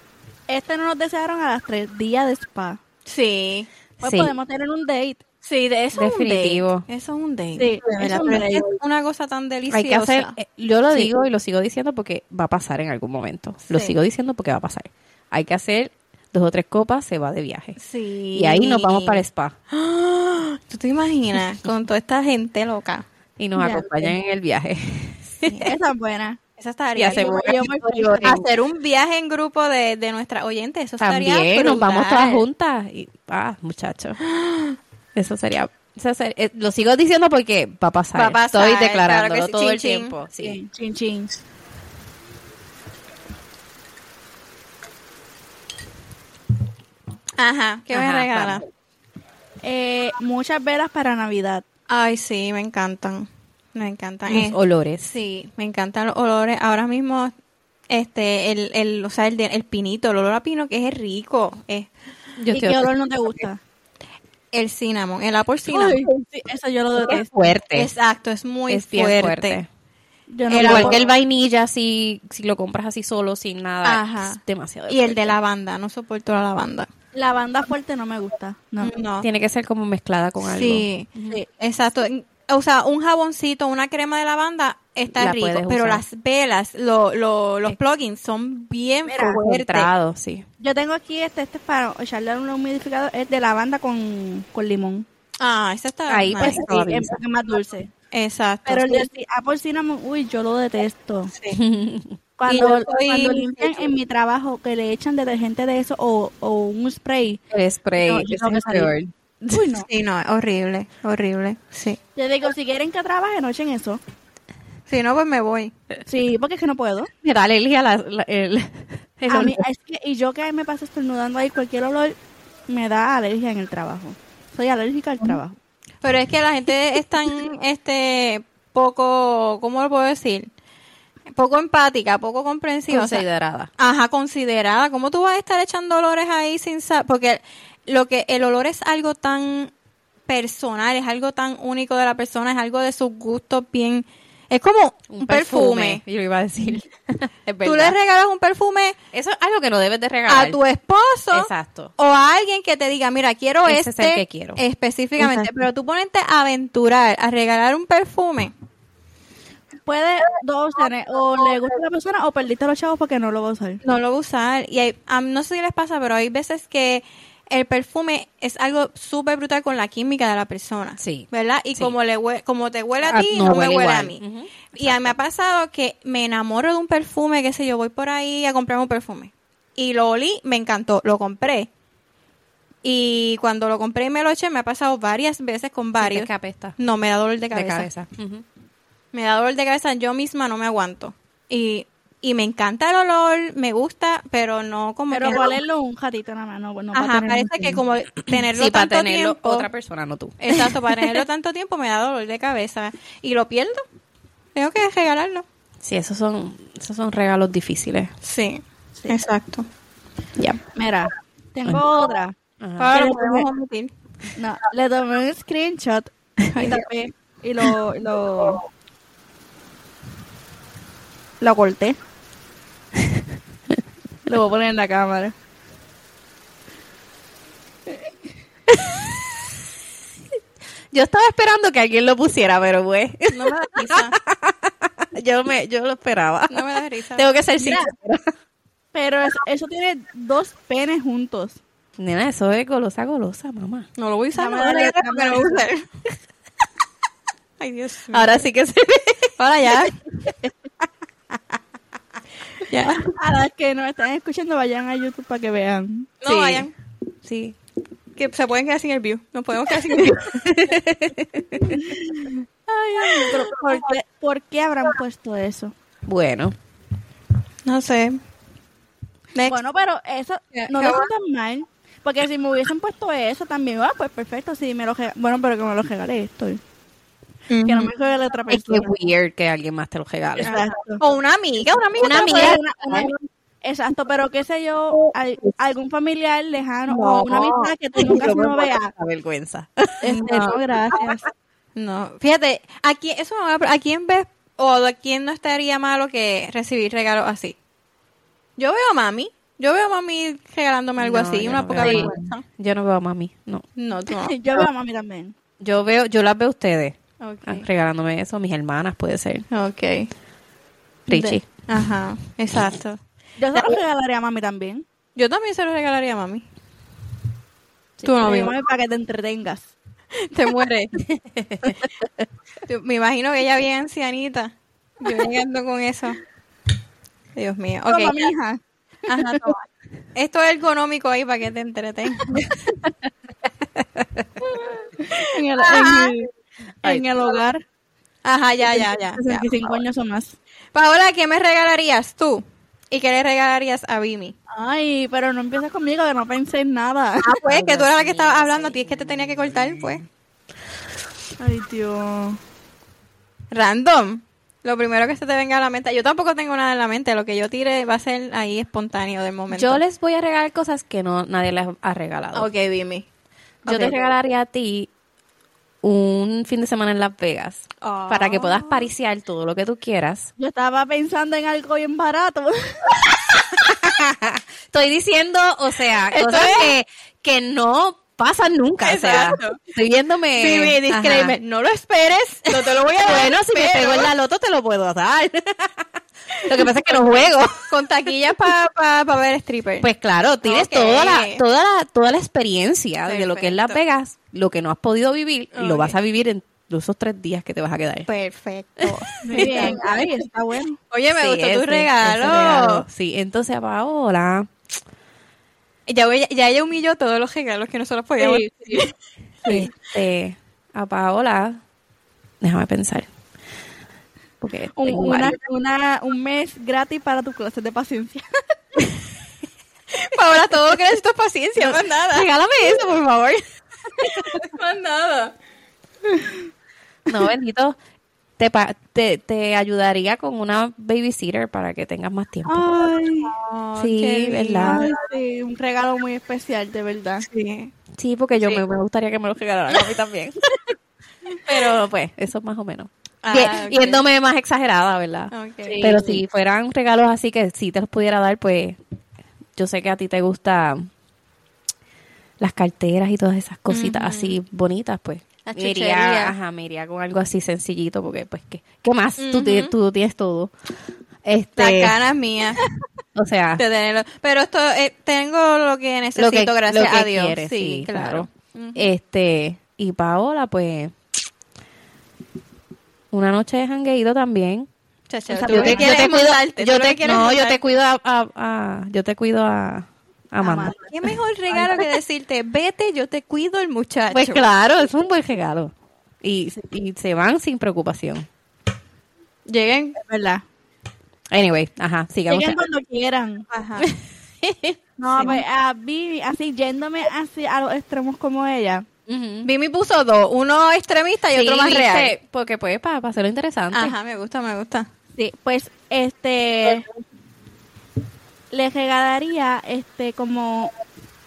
Este no nos desearon a las tres días de spa. Sí. Pues Sí. podemos tener un date. Sí, de eso es un Definitivo. date. Eso es un date. Sí, De verdad, es un pero date. es una cosa tan deliciosa. Hay que hacer, eh, yo lo Sí. digo y lo sigo diciendo porque va a pasar en algún momento. Lo Sí. sigo diciendo porque va a pasar. Hay que hacer dos o tres copas, se va de viaje. Sí. Y ahí nos vamos para el spa ¡Ah! ¿Tú te imaginas con toda esta gente loca? y nos acompañan en el viaje. Esa es buena. Y Esa estaría. hacemos yo un voy episodio en- Hacer un viaje en grupo de, de nuestra oyente, eso estaría también, nos vamos brutal. todas juntas. Y, ah, muchachos. Eso sería, eso ser- eh, lo sigo diciendo porque va a pasar. Va a pasar, Estoy declarándolo claro que sí, todo chin, el chin. tiempo. Sí. Sí. Chin, chin. Ajá, ¿qué Ajá, me regalas? vamos. Eh, muchas velas para Navidad. Ay, sí, me encantan. Me encantan. Los Eh, olores. Sí, me encantan los olores. Ahora mismo, este, el, el, o sea, el, de- el pinito, el olor a pino que es rico. Es Yo ¿Y estoy qué olor no te gusta? el cinnamon, el apple cinnamon. Ay, sí, eso yo lo es detesto. fuerte. Exacto, es muy es bien fuerte. fuerte. Yo no El lo igual hago. que el vainilla, si, si lo compras así solo, sin nada, Ajá. es demasiado. Y el de fuerte. lavanda, no soporto la lavanda. La banda fuerte no me gusta. No. No. Tiene que ser como mezclada con algo. Sí, Sí. exacto. O sea, un jaboncito, una crema de lavanda está La rico, puedes pero usar. las velas, lo- lo- los plugins son bien Mira, fuertes. Concentrado, sí. Yo tengo aquí este, este es para echarle un humidificador. Es de lavanda con, con limón. Ah, esa está Ahí, nice. Ese pues, sí, suaviza. es porque es más dulce. Exacto. ah, Pero el de ci- apple cinnamon, uy, yo lo detesto. Sí. Cuando, yo soy- cuando limpian en mi trabajo, que le echan detergente de eso o, o un spray. El spray, No, yo ese tengo que es el peor. salir. Uy, no. Sí, no, es horrible, horrible, sí. Yo digo, si quieren que trabaje, no echen eso. Si no, pues me voy. Sí, porque es que no puedo. Me da alergia la, la- el, el A mí, olor. es que, y yo que me paso estornudando ahí, cualquier olor me da alergia en el trabajo. Soy alérgica al trabajo. Pero es que la gente es tan, este, poco, ¿cómo lo puedo decir? Poco empática, poco comprensiva. o sea, Considerada. Ajá, considerada. ¿Cómo tú vas a estar echando olores ahí sin saber? Porque lo que el olor es algo tan personal, es algo tan único de la persona, es algo de sus gustos bien. Es como un, perfume. Yo lo iba a decir. Es Tú le verdad. regalas un perfume Eso es algo que no debes de regalar. a tu esposo Exacto. o a alguien que te diga, mira, quiero Ese es este el que quiero. específicamente, Exacto. pero tú ponerte a aventurar, a regalar un perfume. Puede dos opciones, o le gusta a la persona o perdiste a los chavos porque no lo va a usar. No lo voy a usar. Y hay- a mí no sé si les pasa, pero hay veces que el perfume es algo súper brutal con la química de la persona. Sí. ¿Verdad? Y Sí. como, le hue- como te huele a Ah, ti, no no, me huele huele a igual. mí. Ujú. Y a mí me ha pasado que me enamoro de un perfume, qué sé yo, voy por ahí a comprar un perfume. Y lo olí, me encantó, lo compré. Y cuando lo compré y me lo eché, me ha pasado varias veces con varios. Sientes que apesta. No, me da dolor de De cabeza. cabeza. Ujú. Me da dolor de cabeza, yo misma no me aguanto. Y, y me encanta el olor, me gusta, pero no como Pero que- valerlo un ratito nada más, no, no para Ajá, tenerlo parece que encima. como tenerlo Sí, para tanto tenerlo tiempo... otra persona, no tú. Exacto, para tenerlo tanto tiempo me da dolor de cabeza. Y lo pierdo. Tengo que regalarlo. Sí, esos son, esos son regalos difíciles. Sí, exacto. Ya. Mira, tengo otra. Ahora lo Pero- Ah, podemos omitir. No, le tomé un screenshot y, tapé, y lo, lo... Lo corté. Lo voy a poner en la cámara. Yo estaba esperando que alguien lo pusiera, pero güey. No me da risa. yo me, yo lo esperaba. No me da risa. Tengo que ser sincera. Pero eso, eso tiene dos penes juntos. Nena, eso es golosa, golosa, mamá. No lo voy a usar. Dame no lo voy a dale, usar, no dame lo voy a usar. Ah, Ay, Dios mío. Ahora sí que se ve. Ahora ya. ya. A las que nos están escuchando, vayan a YouTube para que vean. No Sí. vayan. Sí. Que se pueden quedar sin el view. Nos podemos quedar sin el view. Pero, ¿por, qué, por qué habrán puesto eso? Bueno. No sé. Next. Bueno, pero eso Ya, no ya lo va. hacen tan mal. Porque si me hubiesen puesto eso también, ah, pues perfecto, si me lo rega- Bueno, pero que me lo regalé esto. Que no me regale otra Es que persona. weird que alguien más te lo regale. Exacto. O una amiga, una amiga. Una te lo puede- amiga, una- una- exacto, pero qué sé yo, al- algún familiar lejano o una amistad que tú nunca Yo me no muero de veas. la vergüenza. Este, no, gracias. No, fíjate, aquí eso me va a, pre- a quién ves o a quién no estaría malo que recibir regalos así. Yo veo a mami, yo veo a mami regalándome algo No, así, yo una no poca veo. vergüenza. Yo no veo a mami, no. No, tú no. Yo veo a mami también. Yo veo, yo las veo a ustedes ah, Ok. regalándome eso, mis hermanas puede ser. okay. Richie. De- ajá, exacto. Yo se lo regalaré a mami también. Yo también se lo regalaría a mami. Sí, Tú no, pero mi- mami, para que te entretengas. Te mueres. Yo me imagino que ella bien ancianita. Yo llegando con eso. Dios mío. Ok. Toma, ya. mija. Ajá, toma. Esto es ergonómico ahí para que te entretengas. En el, en el- en el hogar. Ajá, ya, ya, ya. ya. 65 años o más. Paola, ¿qué me regalarías tú? ¿Y qué le regalarías a Bimi? Ay, pero no empieces conmigo, que no pensé en nada. Ah, pues, que tú eras la que estaba hablando, a ti es que te tenía que cortar, pues. Ay, Dios. Random. Lo primero que se te venga a la mente. Yo tampoco tengo nada en la mente. Lo que yo tire va a ser ahí espontáneo del momento. Yo les voy a regalar cosas que no nadie les ha regalado. Ok, Bimi. Yo te ok. regalaría a ti un fin de semana en Las Vegas Ah. para que puedas pariciar todo lo que tú quieras. Yo estaba pensando en algo bien barato. Estoy diciendo, o sea, cosas que, que no pasan nunca. o sea, Exacto. estoy viéndome. Bimi, disclaimer. Ajá. No lo esperes. No te lo voy a dar. Bueno, si me pero- pego en la loto te lo puedo dar. lo que pasa es que no juego. Con taquillas para pa, pa ver stripper. Pues claro, tienes Ok. toda la toda la toda la experiencia de lo que es Las Perfecto. Vegas, lo que no has podido vivir y lo vas a vivir en esos tres días que te vas a quedar. Perfecto. Muy bien. Ay, está bueno. Oye, me Sí, gustó ese- tu ese regalo. regalo. Sí, entonces a Paola. Ya, voy- ya ella humilló todos los regalos que nosotros podíamos. Este, a Paola. Déjame pensar. Porque Un, tengo varios. una, una- un mes gratis para tu clase de paciencia. Paola, todo lo que necesito es paciencia, más nada. Regálame eso, por favor. Más nada. No, bendito. Te, pa- te, te ayudaría con una babysitter para que tengas más tiempo. Ay, sí, ¿verdad? ay, sí, un regalo muy especial, de verdad. Ah, Sí. Sí, porque yo Me, me gustaría que me lo regalaran a mí también. Pero pues, eso es más o menos. Ah, Y- Yéndome más exagerada, ¿verdad? ok. Pero si fueran regalos así que si te los pudiera dar, pues yo sé que a ti te gustan las carteras y todas esas cositas así bonitas, pues. Las me iría, chucherías. ajá, me iría con algo así sencillito, porque pues que, ¿qué más? tú, ti- tú tienes todo. La Este, cara mía. o sea, de tenerlo. Pero esto eh, tengo lo que necesito, lo que, gracias lo que a Dios. quieres, sí, claro. Mm. Este, y Paola, pues, una noche de jangueíto también. Chacha, O sea, tú yo lo que te- yo quieres te es cuido, montarte, yo tú lo que te, quieres es no, yo te montarte. cuido a, a- a- yo te cuido a Amanda. Amanda. ¿Qué mejor regalo que decirte, vete, yo te cuido el muchacho? Pues claro, es un buen regalo. Y, y se van sin preocupación. Lleguen. Es verdad. Anyway, ajá, sigamos. Lleguen cuando quieran. Ajá. No, pues a Vivi, así yéndome así a los extremos como ella. Ujú. Vimi puso dos, uno extremista y otro Sí, más viste, real. Porque pues para hacerlo interesante. Ajá, me gusta, me gusta. Sí, pues este les regalaría este como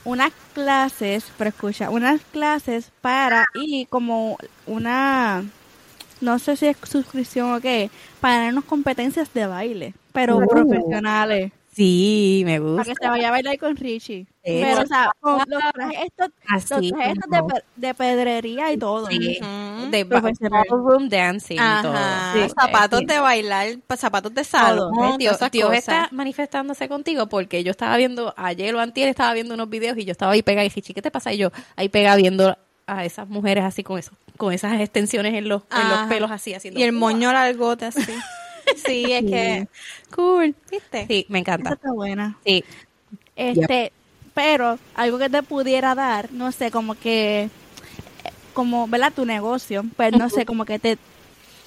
unas clases, pero escucha, unas clases para y como una no sé si es suscripción o qué, para darnos competencias de baile, pero Uh. profesionales, Sí, me para que gusta. se vaya a bailar con Richie. Eso. Ah, Pero o sea, con los trajes estos, Así los trajes estos de, como- pe- de pedrería y todo. Sí, Ujú. De ba- Profesional. ballroom dancing y Ajá. todo. Sí, zapatos sí. de bailar, pa- zapatos de Todo, salón, ¿ves? Dios, todas esas ¿eh? Dios cosas. está manifestándose contigo porque yo estaba viendo, ayer o antier estaba viendo unos videos y yo estaba ahí pega y dije, "Chi, ¿qué te pasa? Y yo ahí pega viendo a esas mujeres así con eso, con esas extensiones en los, en los Ajá. pelos así haciendo. Y el moño largote así. sí, es que, cool. ¿viste? Sí, me Esa encanta. está buena. Sí. Este, pero algo que te pudiera dar, no sé, como que, eh, como, ¿verdad? Tu negocio, pues no sé, como que te,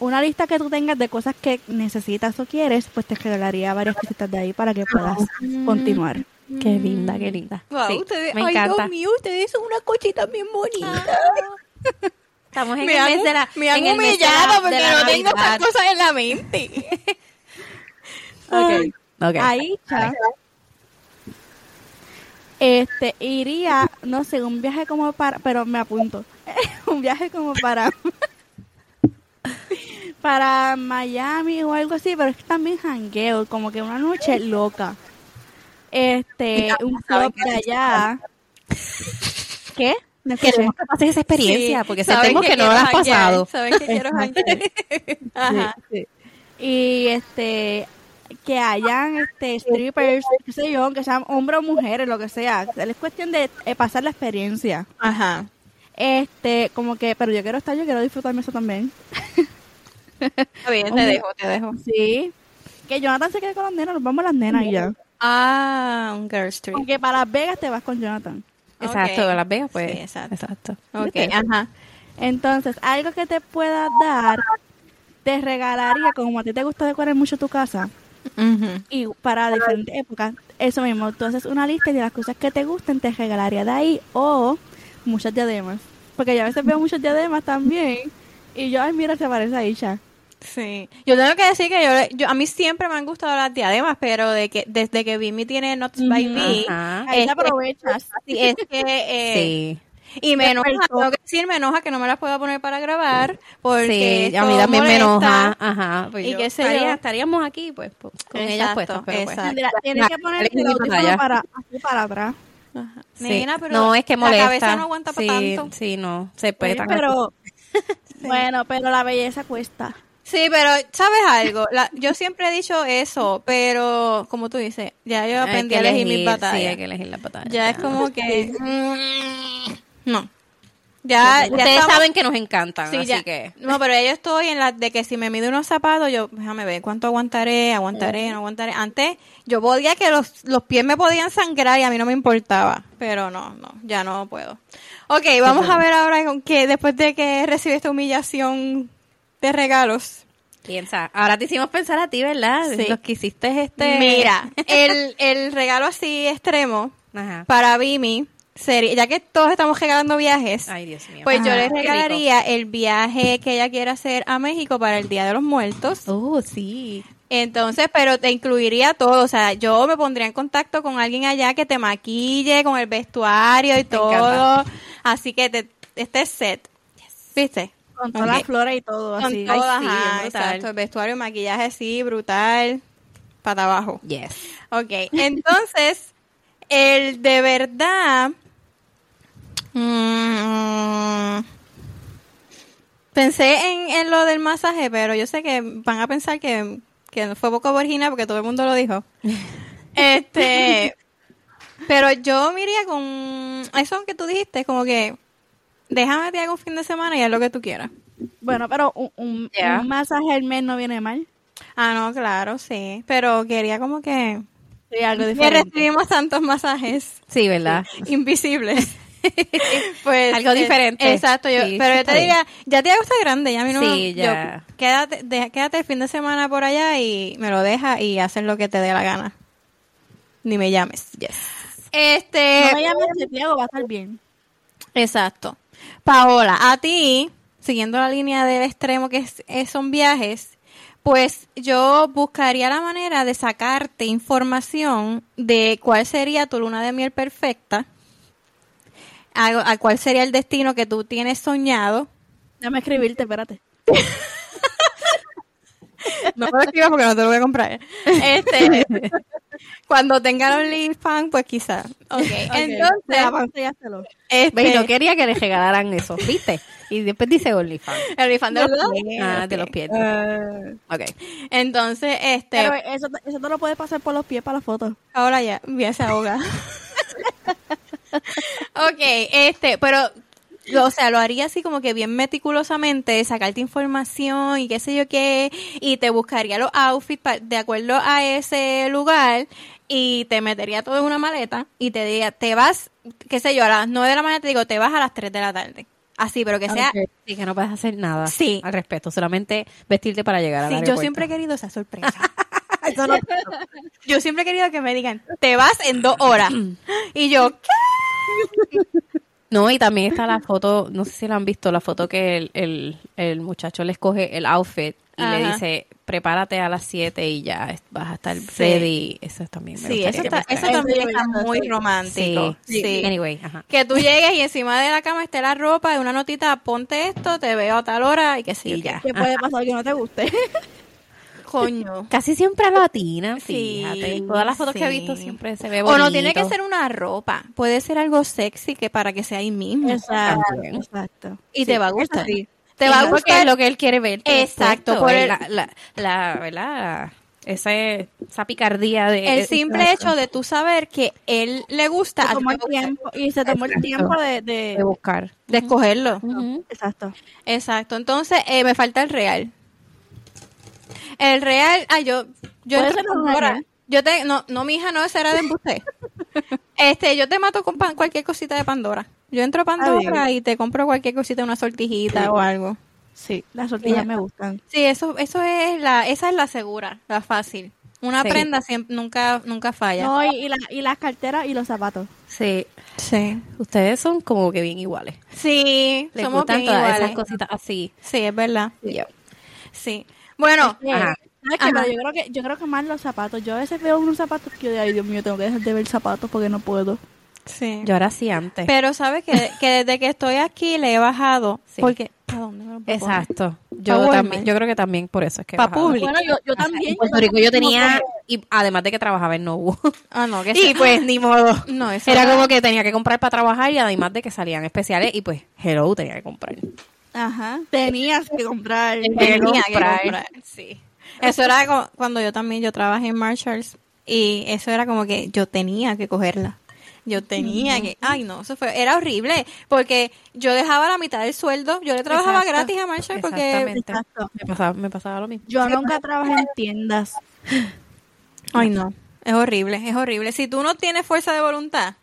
una lista que tú tengas de cosas que necesitas o quieres, pues te regalaría varias cositas de ahí para que puedas continuar. Qué linda, qué linda. Wow, Sí, Mm. ustedes, me ay, encanta. Dios mío, ustedes son una cochita bien bonita. Estamos Ah, en me el han, mes de la me han en el mes de la- humillado de porque la no tengo Navidad. esas cosas en la mente. Ay, Ok. Ahí, cha. Este, iría, no sé, un viaje como para, pero me apunto, un viaje como para, para Miami o algo así, pero es que también jangueo, como que una noche loca. Este, un club de allá. ¿Qué? No escuché. Queremos que pases esa experiencia Sí, porque saben sentimos que, no quiero la has janguear, pasado. Saben que quiero janguear. Ajá. Sí, sí. Y este que hayan este strippers, qué sé yo, que sean hombres o mujeres, lo que sea. Es cuestión de eh, pasar la experiencia. Ajá. Este, como que, pero yo quiero estar, yo quiero disfrutarme eso también. Está bien, te dejo, te dejo. Sí. Que Jonathan se quede con las nenas, nos vamos las nenas y ya. Ah, un girl street. Aunque para Las Vegas te vas con Jonathan. Exacto, Ok. Las Vegas, pues. Sí, exacto. exacto. Ok, ¿Viste? ajá. Entonces, algo que te pueda dar, te regalaría, como a ti te gusta decorar mucho tu casa, Ujú. y para diferentes épocas. Eso mismo, tú haces una lista de las cosas que te gusten, te regalaría de ahí o muchas diademas. Porque yo a veces veo muchas diademas también y yo, ay, mira, se parece a Isha. Sí, yo tengo que decir que yo, yo- a mí siempre me han gustado las diademas, pero de que desde que Vimi tiene Not by Me, Ajá. Ahí te Este- aprovechas. sí, es que eh, Sí. y me Qué enoja, fuerte. tengo que decir, me enoja que no me las pueda poner para grabar porque Sí, a mí esto también me molesta. enoja. Ajá. pues Y yo qué sé estaría- yo. estaríamos aquí, pues, po- con ellas Exacto, puestas. Pero pues. exacto. Tendrá- Tienes este, que poner el Dale, audífono allá. para, así para atrás. Sí. Nena, pero no, es que la molesta. cabeza no aguanta pa' sí, tanto. Sí, no. Se Pues Sí, petan. pero, bueno, pero la belleza cuesta. Sí, pero ¿sabes algo? La- yo siempre he dicho eso, pero como tú dices, ya yo Hay aprendí que a elegir elegir, mis Sí, batallas. hay que elegir las batallas. ya es como que mm, no. Ya, ya Ustedes estamos- saben que nos encantan, Sí, así ya. que... No, pero ya yo estoy en la de que si me mido unos zapatos, yo, déjame ver, ¿cuánto aguantaré? ¿Aguantaré? ¿No aguantaré? Antes yo podía que los, los pies me podían sangrar y a mí no me importaba, pero no, no, ya no puedo. Ok, vamos a ver ahora con que después de que recibí esta humillación de regalos. Piensa, ahora te hicimos pensar a ti, ¿verdad? Sí. Los que hiciste es este... Mira, el, el regalo así extremo Ajá. para Vimi sería, ya que todos estamos regalando viajes, Ay, Dios mío. pues yo Ajá. le Qué rico. regalaría el viaje que ella quiera hacer a México para el Día de los Muertos. Oh, sí. Entonces, pero te incluiría todo. O sea, yo me pondría en contacto con alguien allá que te maquille, con el vestuario y todo. encanta. Así que te, este set. ¿Viste? Con todas las Ok. flores y todo, Con así. todo, Ay, Oh, sí, ajá, es brutal. exacto. El vestuario, el maquillaje, sí, brutal. Para abajo. Yes. Ok, entonces, el de verdad. mm, pensé en, en lo del masaje, pero yo sé que van a pensar que, que fue poco virginal porque todo el mundo lo dijo. Este. Pero yo me iría con. Eso que tú dijiste, como que. Déjame te hago un fin de semana y haz lo que tú quieras. Bueno, pero un, un- Ya. un masaje al mes no viene mal. Ah, no, claro, sí. Pero quería como que. Sí, algo Que diferente. recibimos tantos masajes. Sí, ¿verdad? invisibles. pues Algo eh, diferente. exacto, yo, Sí, pero sí, yo está te bien. diría, ya te gusta grande, ya a mí no Sí, yo- ya. quédate, deja- quédate el fin de semana por allá y me lo deja y haces lo que te dé la gana. Ni me llames. Este, No me llames Santiago, va a estar bien. exacto. Paola, a ti, siguiendo la línea del extremo que es- es- son viajes, pues yo buscaría la manera de sacarte información de cuál sería tu luna de miel perfecta, a, a cuál sería el destino que tú tienes soñado. Déjame escribirte, espérate. No me lo escribas porque no te lo voy a comprar. Este, cuando tenga los OnlyFans, pues quizás. Ok, entonces, Enséñaselo. este, Ve, yo quería que les regalaran eso, ¿viste? Y después dice OnlyFans. el OnlyFans de los pies. Ah, te los pierdes. ok. Entonces, este, Pero eso, te- eso te lo puedes pasar por los pies para la foto. Ahora ya, ya se ahoga. ok, este, pero, lo- o sea, lo haría así como que bien meticulosamente, sacarte información y qué sé yo qué, y te buscaría los outfits pa- de acuerdo a ese lugar y te metería todo en una maleta y te diría, te vas, qué sé yo, a las 9 de la mañana te digo, te vas a las 3 de la tarde. Así, pero que sea... Sí, que no puedes hacer nada Sí. al respecto, solamente vestirte para llegar a Sí, la yo siempre he querido esa sorpresa. Eso no- yo siempre he querido que me digan, te vas en dos horas. Y yo, ¿qué? No, y también está la foto, no sé si la han visto, la foto que el, el, el muchacho le escoge el outfit y le Ajá. dice, prepárate a las 7 y ya es- vas a estar ready. Eso también me Sí, gustaría eso, que está- pasara. eso pasara. también Sí, está sí. muy romántico. Sí. Sí. Anyway, ajá. Que tú llegues y encima de la cama esté la ropa y una notita, ponte esto, te veo a tal hora y que sí, ya. ¿Qué puede pasar que no te guste? Coño. Casi siempre latina, Sí, fíjate. Todas las fotos que he sí. visto siempre se ve O bonito. no tiene que ser una ropa, puede ser algo sexy que para que sea ahí mismo. Exacto. También. Ah, Exacto. Y te va a gustar. Sí. Te va a Claro, que gustar es lo que él quiere ver. Exacto, Exacto. por el- la, la, la- ¿verdad? Ese, esa picardía de... el de- simple hecho de tú saber que él le gusta, a Se ti tomó te el gusta, tiempo, y se tomó el Exacto. tiempo de, de- de buscar. de escogerlo. Ujú. Exacto. Exacto. Entonces, eh, me falta el real. El real, ah, yo, yo Puede entro ser con normal, Dora. ¿eh? Yo te, no, no, mi hija no, esa era de embuste. este, yo te mato con pan- cualquier cosita de Pandora. Yo entro a Pandora y te compro cualquier cosita, una sortijita o algo. Sí, las sortillas Ya. me gustan. Sí, eso, eso es la, esa es la segura, la fácil. Una Sí. prenda siempre, nunca, nunca falla. No, y, y la- y las carteras y los zapatos. Sí. Sí. Ustedes son como que bien iguales. Sí, Les somos gustan bien todas iguales. esas cositas así. Sí, es verdad. Yo. Sí. Bueno, Ajá. ¿Sabes qué? Ajá. Pero yo creo Ah. que yo creo que más los zapatos. Yo a veces veo unos zapatos que yo digo, ay Dios mío, tengo que dejar de ver zapatos porque no puedo. sí. Yo ahora sí antes. Pero sabes que, que desde que estoy aquí le he bajado. Sí. Porque, ¿a dónde me lo puedo poner? Exacto. Yo Walmart. también, yo creo que también por eso es que he Pa' bajado. Publix. Bueno, yo, yo O sea, también. en Puerto Rico yo tenía, y además de que trabajaba en Nobu. Ah, no, que y sí. pues ni modo. No, eso Era era- como que tenía que comprar para trabajar y además de que salían especiales y pues hello tenía que comprar. Ajá. Tenías que comprar. Tenía Tenía que que comprar. comprar, sí. Eso era como- cuando yo también, yo trabajé en Marshalls y eso era como que yo tenía que cogerla. Yo tenía que, ay no, eso fue, era horrible, porque yo dejaba la mitad del sueldo, yo le trabajaba Exacto. gratis a Marshall porque, Exactamente. Me pasaba, me pasaba lo mismo. Yo nunca trabajé en tiendas. ay no, es horrible, es horrible. Si tú no tienes fuerza de voluntad,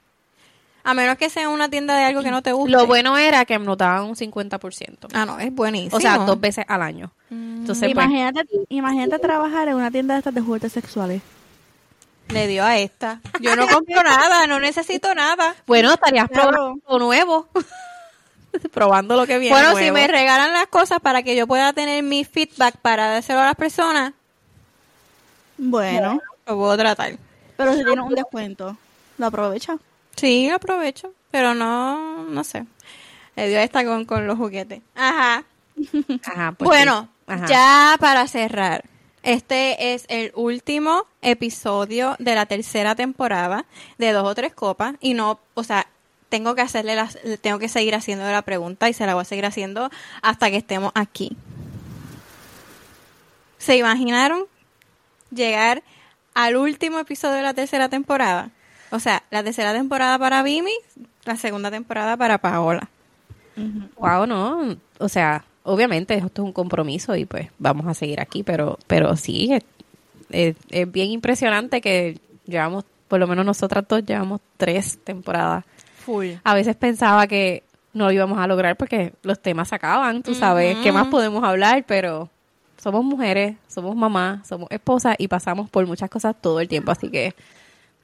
a menos que sea una tienda de algo que no te guste. Lo bueno era que me notaban un 50%. Ah, no, es buenísimo. o sea, dos veces al año. Entonces, pues, Imagínate, imagínate trabajar en una tienda de estas de juguetes sexuales. Le dio a esta. Yo no compro nada, no necesito nada. bueno, estarías Claro. probando lo nuevo. probando lo que viene. Bueno, nuevo. si me regalan las cosas para que yo pueda tener mi feedback para dárselo a las personas, Bueno, lo puedo tratar. pero si tienes un descuento, lo aprovecha. Sí, lo aprovecho, pero no, no sé. Le dio a esta con, con los juguetes. Ajá. Ajá, pues Bueno, sí. Ajá. ya para cerrar, este es el último episodio de la tercera temporada de Dos o Tres Copas y no, o sea, tengo que hacerle las, tengo que seguir haciendo la pregunta y se la voy a seguir haciendo hasta que estemos aquí. ¿Se imaginaron llegar al último episodio de la tercera temporada? O sea, la tercera temporada para Vimi, la segunda temporada para Paola. Wow, no. O sea, obviamente esto es un compromiso y pues vamos a seguir aquí, pero, pero sí, es, es- es bien impresionante que llevamos, por lo menos nosotras dos llevamos tres temporadas. Full. A veces pensaba que no lo íbamos a lograr porque los temas se acaban, tú sabes, ¿qué más podemos hablar? Pero somos mujeres, somos mamás, somos esposas y pasamos por muchas cosas todo el tiempo, así que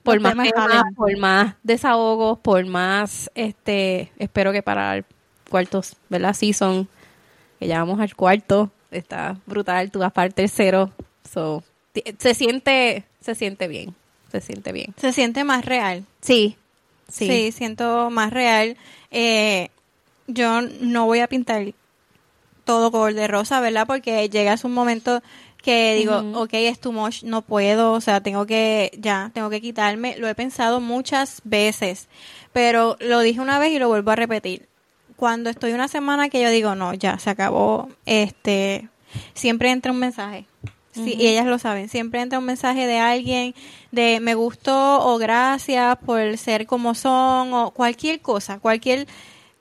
por Los más temas temas, salen. por más desahogos, por más, este, espero que para el cuarto, ¿verdad? Season, que ya vamos al cuarto, está brutal, tú vas para el tercero, so, ti- se siente, se siente bien, se siente bien. Se siente más real. Sí, Sí, sí. siento más real. Eh, yo no voy a pintar todo color de rosa, ¿verdad? Porque llegas un momento que digo, ok, es too much, no puedo, o sea, tengo que, ya, tengo que quitarme. Lo he pensado muchas veces, pero lo dije una vez y lo vuelvo a repetir. Cuando estoy una semana que yo digo, no, ya, se acabó, este, siempre entra un mensaje. Sí, y ellas lo saben. Siempre entra un mensaje de alguien de me gustó o gracias por ser como son o cualquier cosa, cualquier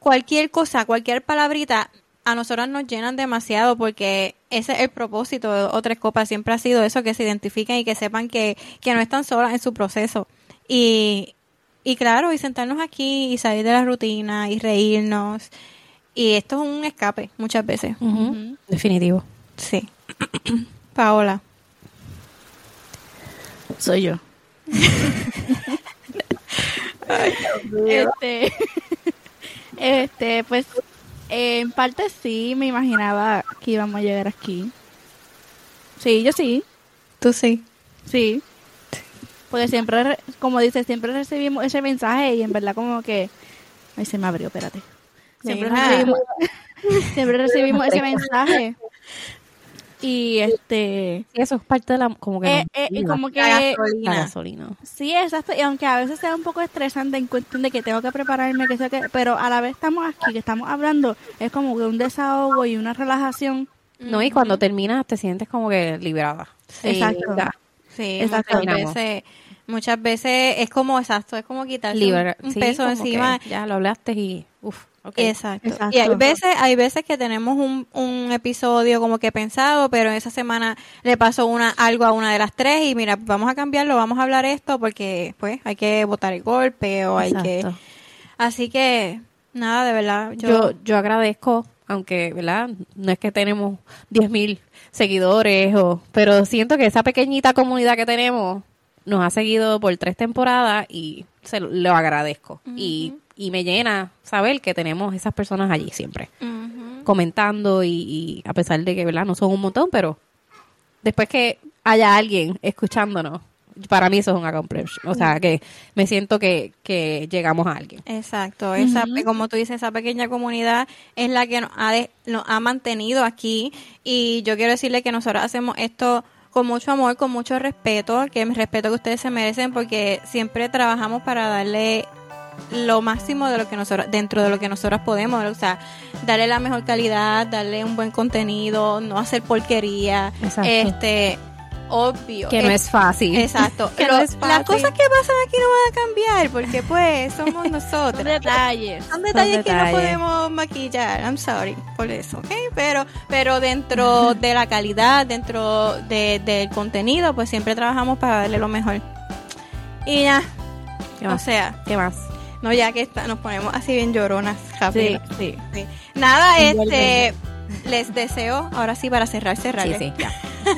cualquier cosa, cualquier palabrita a nosotras nos llenan demasiado porque ese es el propósito de Otras Copas siempre ha sido eso que se identifiquen y que sepan que, que no están solas en su proceso. Y y claro, y sentarnos aquí y salir de la rutina y reírnos. Y esto es un escape muchas veces. Ujú. Definitivo. Sí. Paola. Soy yo. este, este, pues, eh, en parte sí me imaginaba que íbamos a llegar aquí. Sí, yo sí, Tú sí. sí. Porque siempre, re- como dices, siempre recibimos ese mensaje y en verdad como que... Ay, se me abrió, espérate. Siempre Nena. recibimos, siempre recibimos ese mensaje. Y este... Sí, eso es parte de la como que eh, nos eh, eh, motiva. como que... la gasolina. Sí, exacto. Y aunque a veces sea un poco estresante en cuestión de que tengo que prepararme, que sé que, pero a la vez estamos aquí, que estamos hablando, es como que un desahogo y una relajación. No, y cuando terminas te sientes como que liberada. Exacto. Ya. Sí, Exacto. muchas Terminamos. veces, muchas veces es como exacto, es como quitarse un- Libera- un, sí, peso como encima. que Ya lo hablaste y uff, ok. Exacto. Exacto. Y hay veces, hay veces que tenemos un, un episodio como que pensado, pero esa semana le pasó una, algo a una de las tres y mira, vamos a cambiarlo, vamos a hablar esto porque pues hay que botar el golpe o hay que... Exacto. Así que, nada, de verdad, yo... Yo, yo agradezco, aunque, ¿verdad? No es que tenemos 10.000 seguidores, o, pero siento que esa pequeñita comunidad que tenemos nos ha seguido por tres temporadas y se lo, lo agradezco. y, y me llena saber que tenemos esas personas allí siempre. Ujú. comentando y, y a pesar de que verdad no son un montón, pero después que haya alguien escuchándonos, para mí eso es un accomplishment. O sea, que me siento que, que llegamos a alguien. Exacto, esa, como tú dices, esa pequeña comunidad es la que nos ha, de- nos ha mantenido aquí y yo quiero decirle que nosotros hacemos esto con mucho amor, con mucho respeto, que el respeto que ustedes se merecen porque siempre trabajamos para darle lo máximo de lo que nosotros dentro de lo que nosotras podemos, o sea, darle la mejor calidad, darle un buen contenido, no hacer porquería, Exacto. este obvio. Que no Eh, es fácil. Exacto. que no Lo- es las fácil. cosas que pasan aquí no van a cambiar porque pues somos Son nosotros. detalles. Son detalles Son que no detalles. podemos maquillar. I'm sorry por eso, ¿ok? Pero, pero dentro de la calidad, dentro de- del contenido, pues siempre trabajamos para darle lo mejor. Y ya, ¿Qué o más? sea, ¿Qué más? no, ya que está- nos ponemos así bien lloronas, rápido. sí. Nada, Igual este, les deseo, ahora sí para cerrar, cerrar. Sí, ¿eh? sí.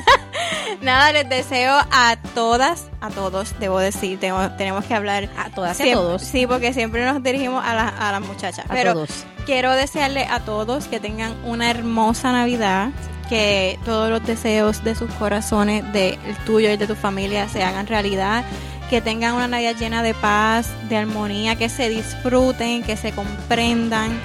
Nada, les deseo a todas, a todos, debo decir, tengo- tenemos que hablar. A todas y a Siem- todos. Sí, porque siempre nos dirigimos a, las- a las muchachas. A pero todos. quiero desearle a todos que tengan una hermosa Navidad, que todos los deseos de sus corazones, del tuyo y de tu familia, se hagan realidad, que tengan una Navidad llena de paz, de armonía, que se disfruten, que se comprendan,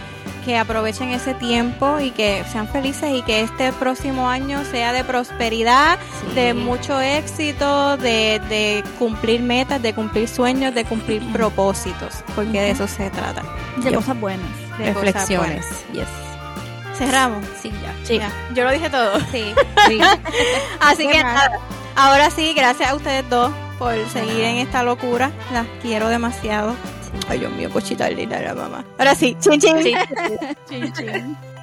que aprovechen ese tiempo y que sean felices y que este próximo año sea de prosperidad, de mucho éxito, de, de cumplir metas, de cumplir sueños, de cumplir propósitos, porque de eso se trata. De cosas buenas. de cosas Reflexiones. Yes. buenas. Cerramos. pues. Sí, ya. Ya, Yo lo dije todo. Sí. Así Qué que mal. nada, ahora sí, gracias a ustedes dos por seguir en esta locura. Las quiero demasiado. Ay, Dios mío, cochita linda la mamá. Ahora sí, chin chin. Chin, chin.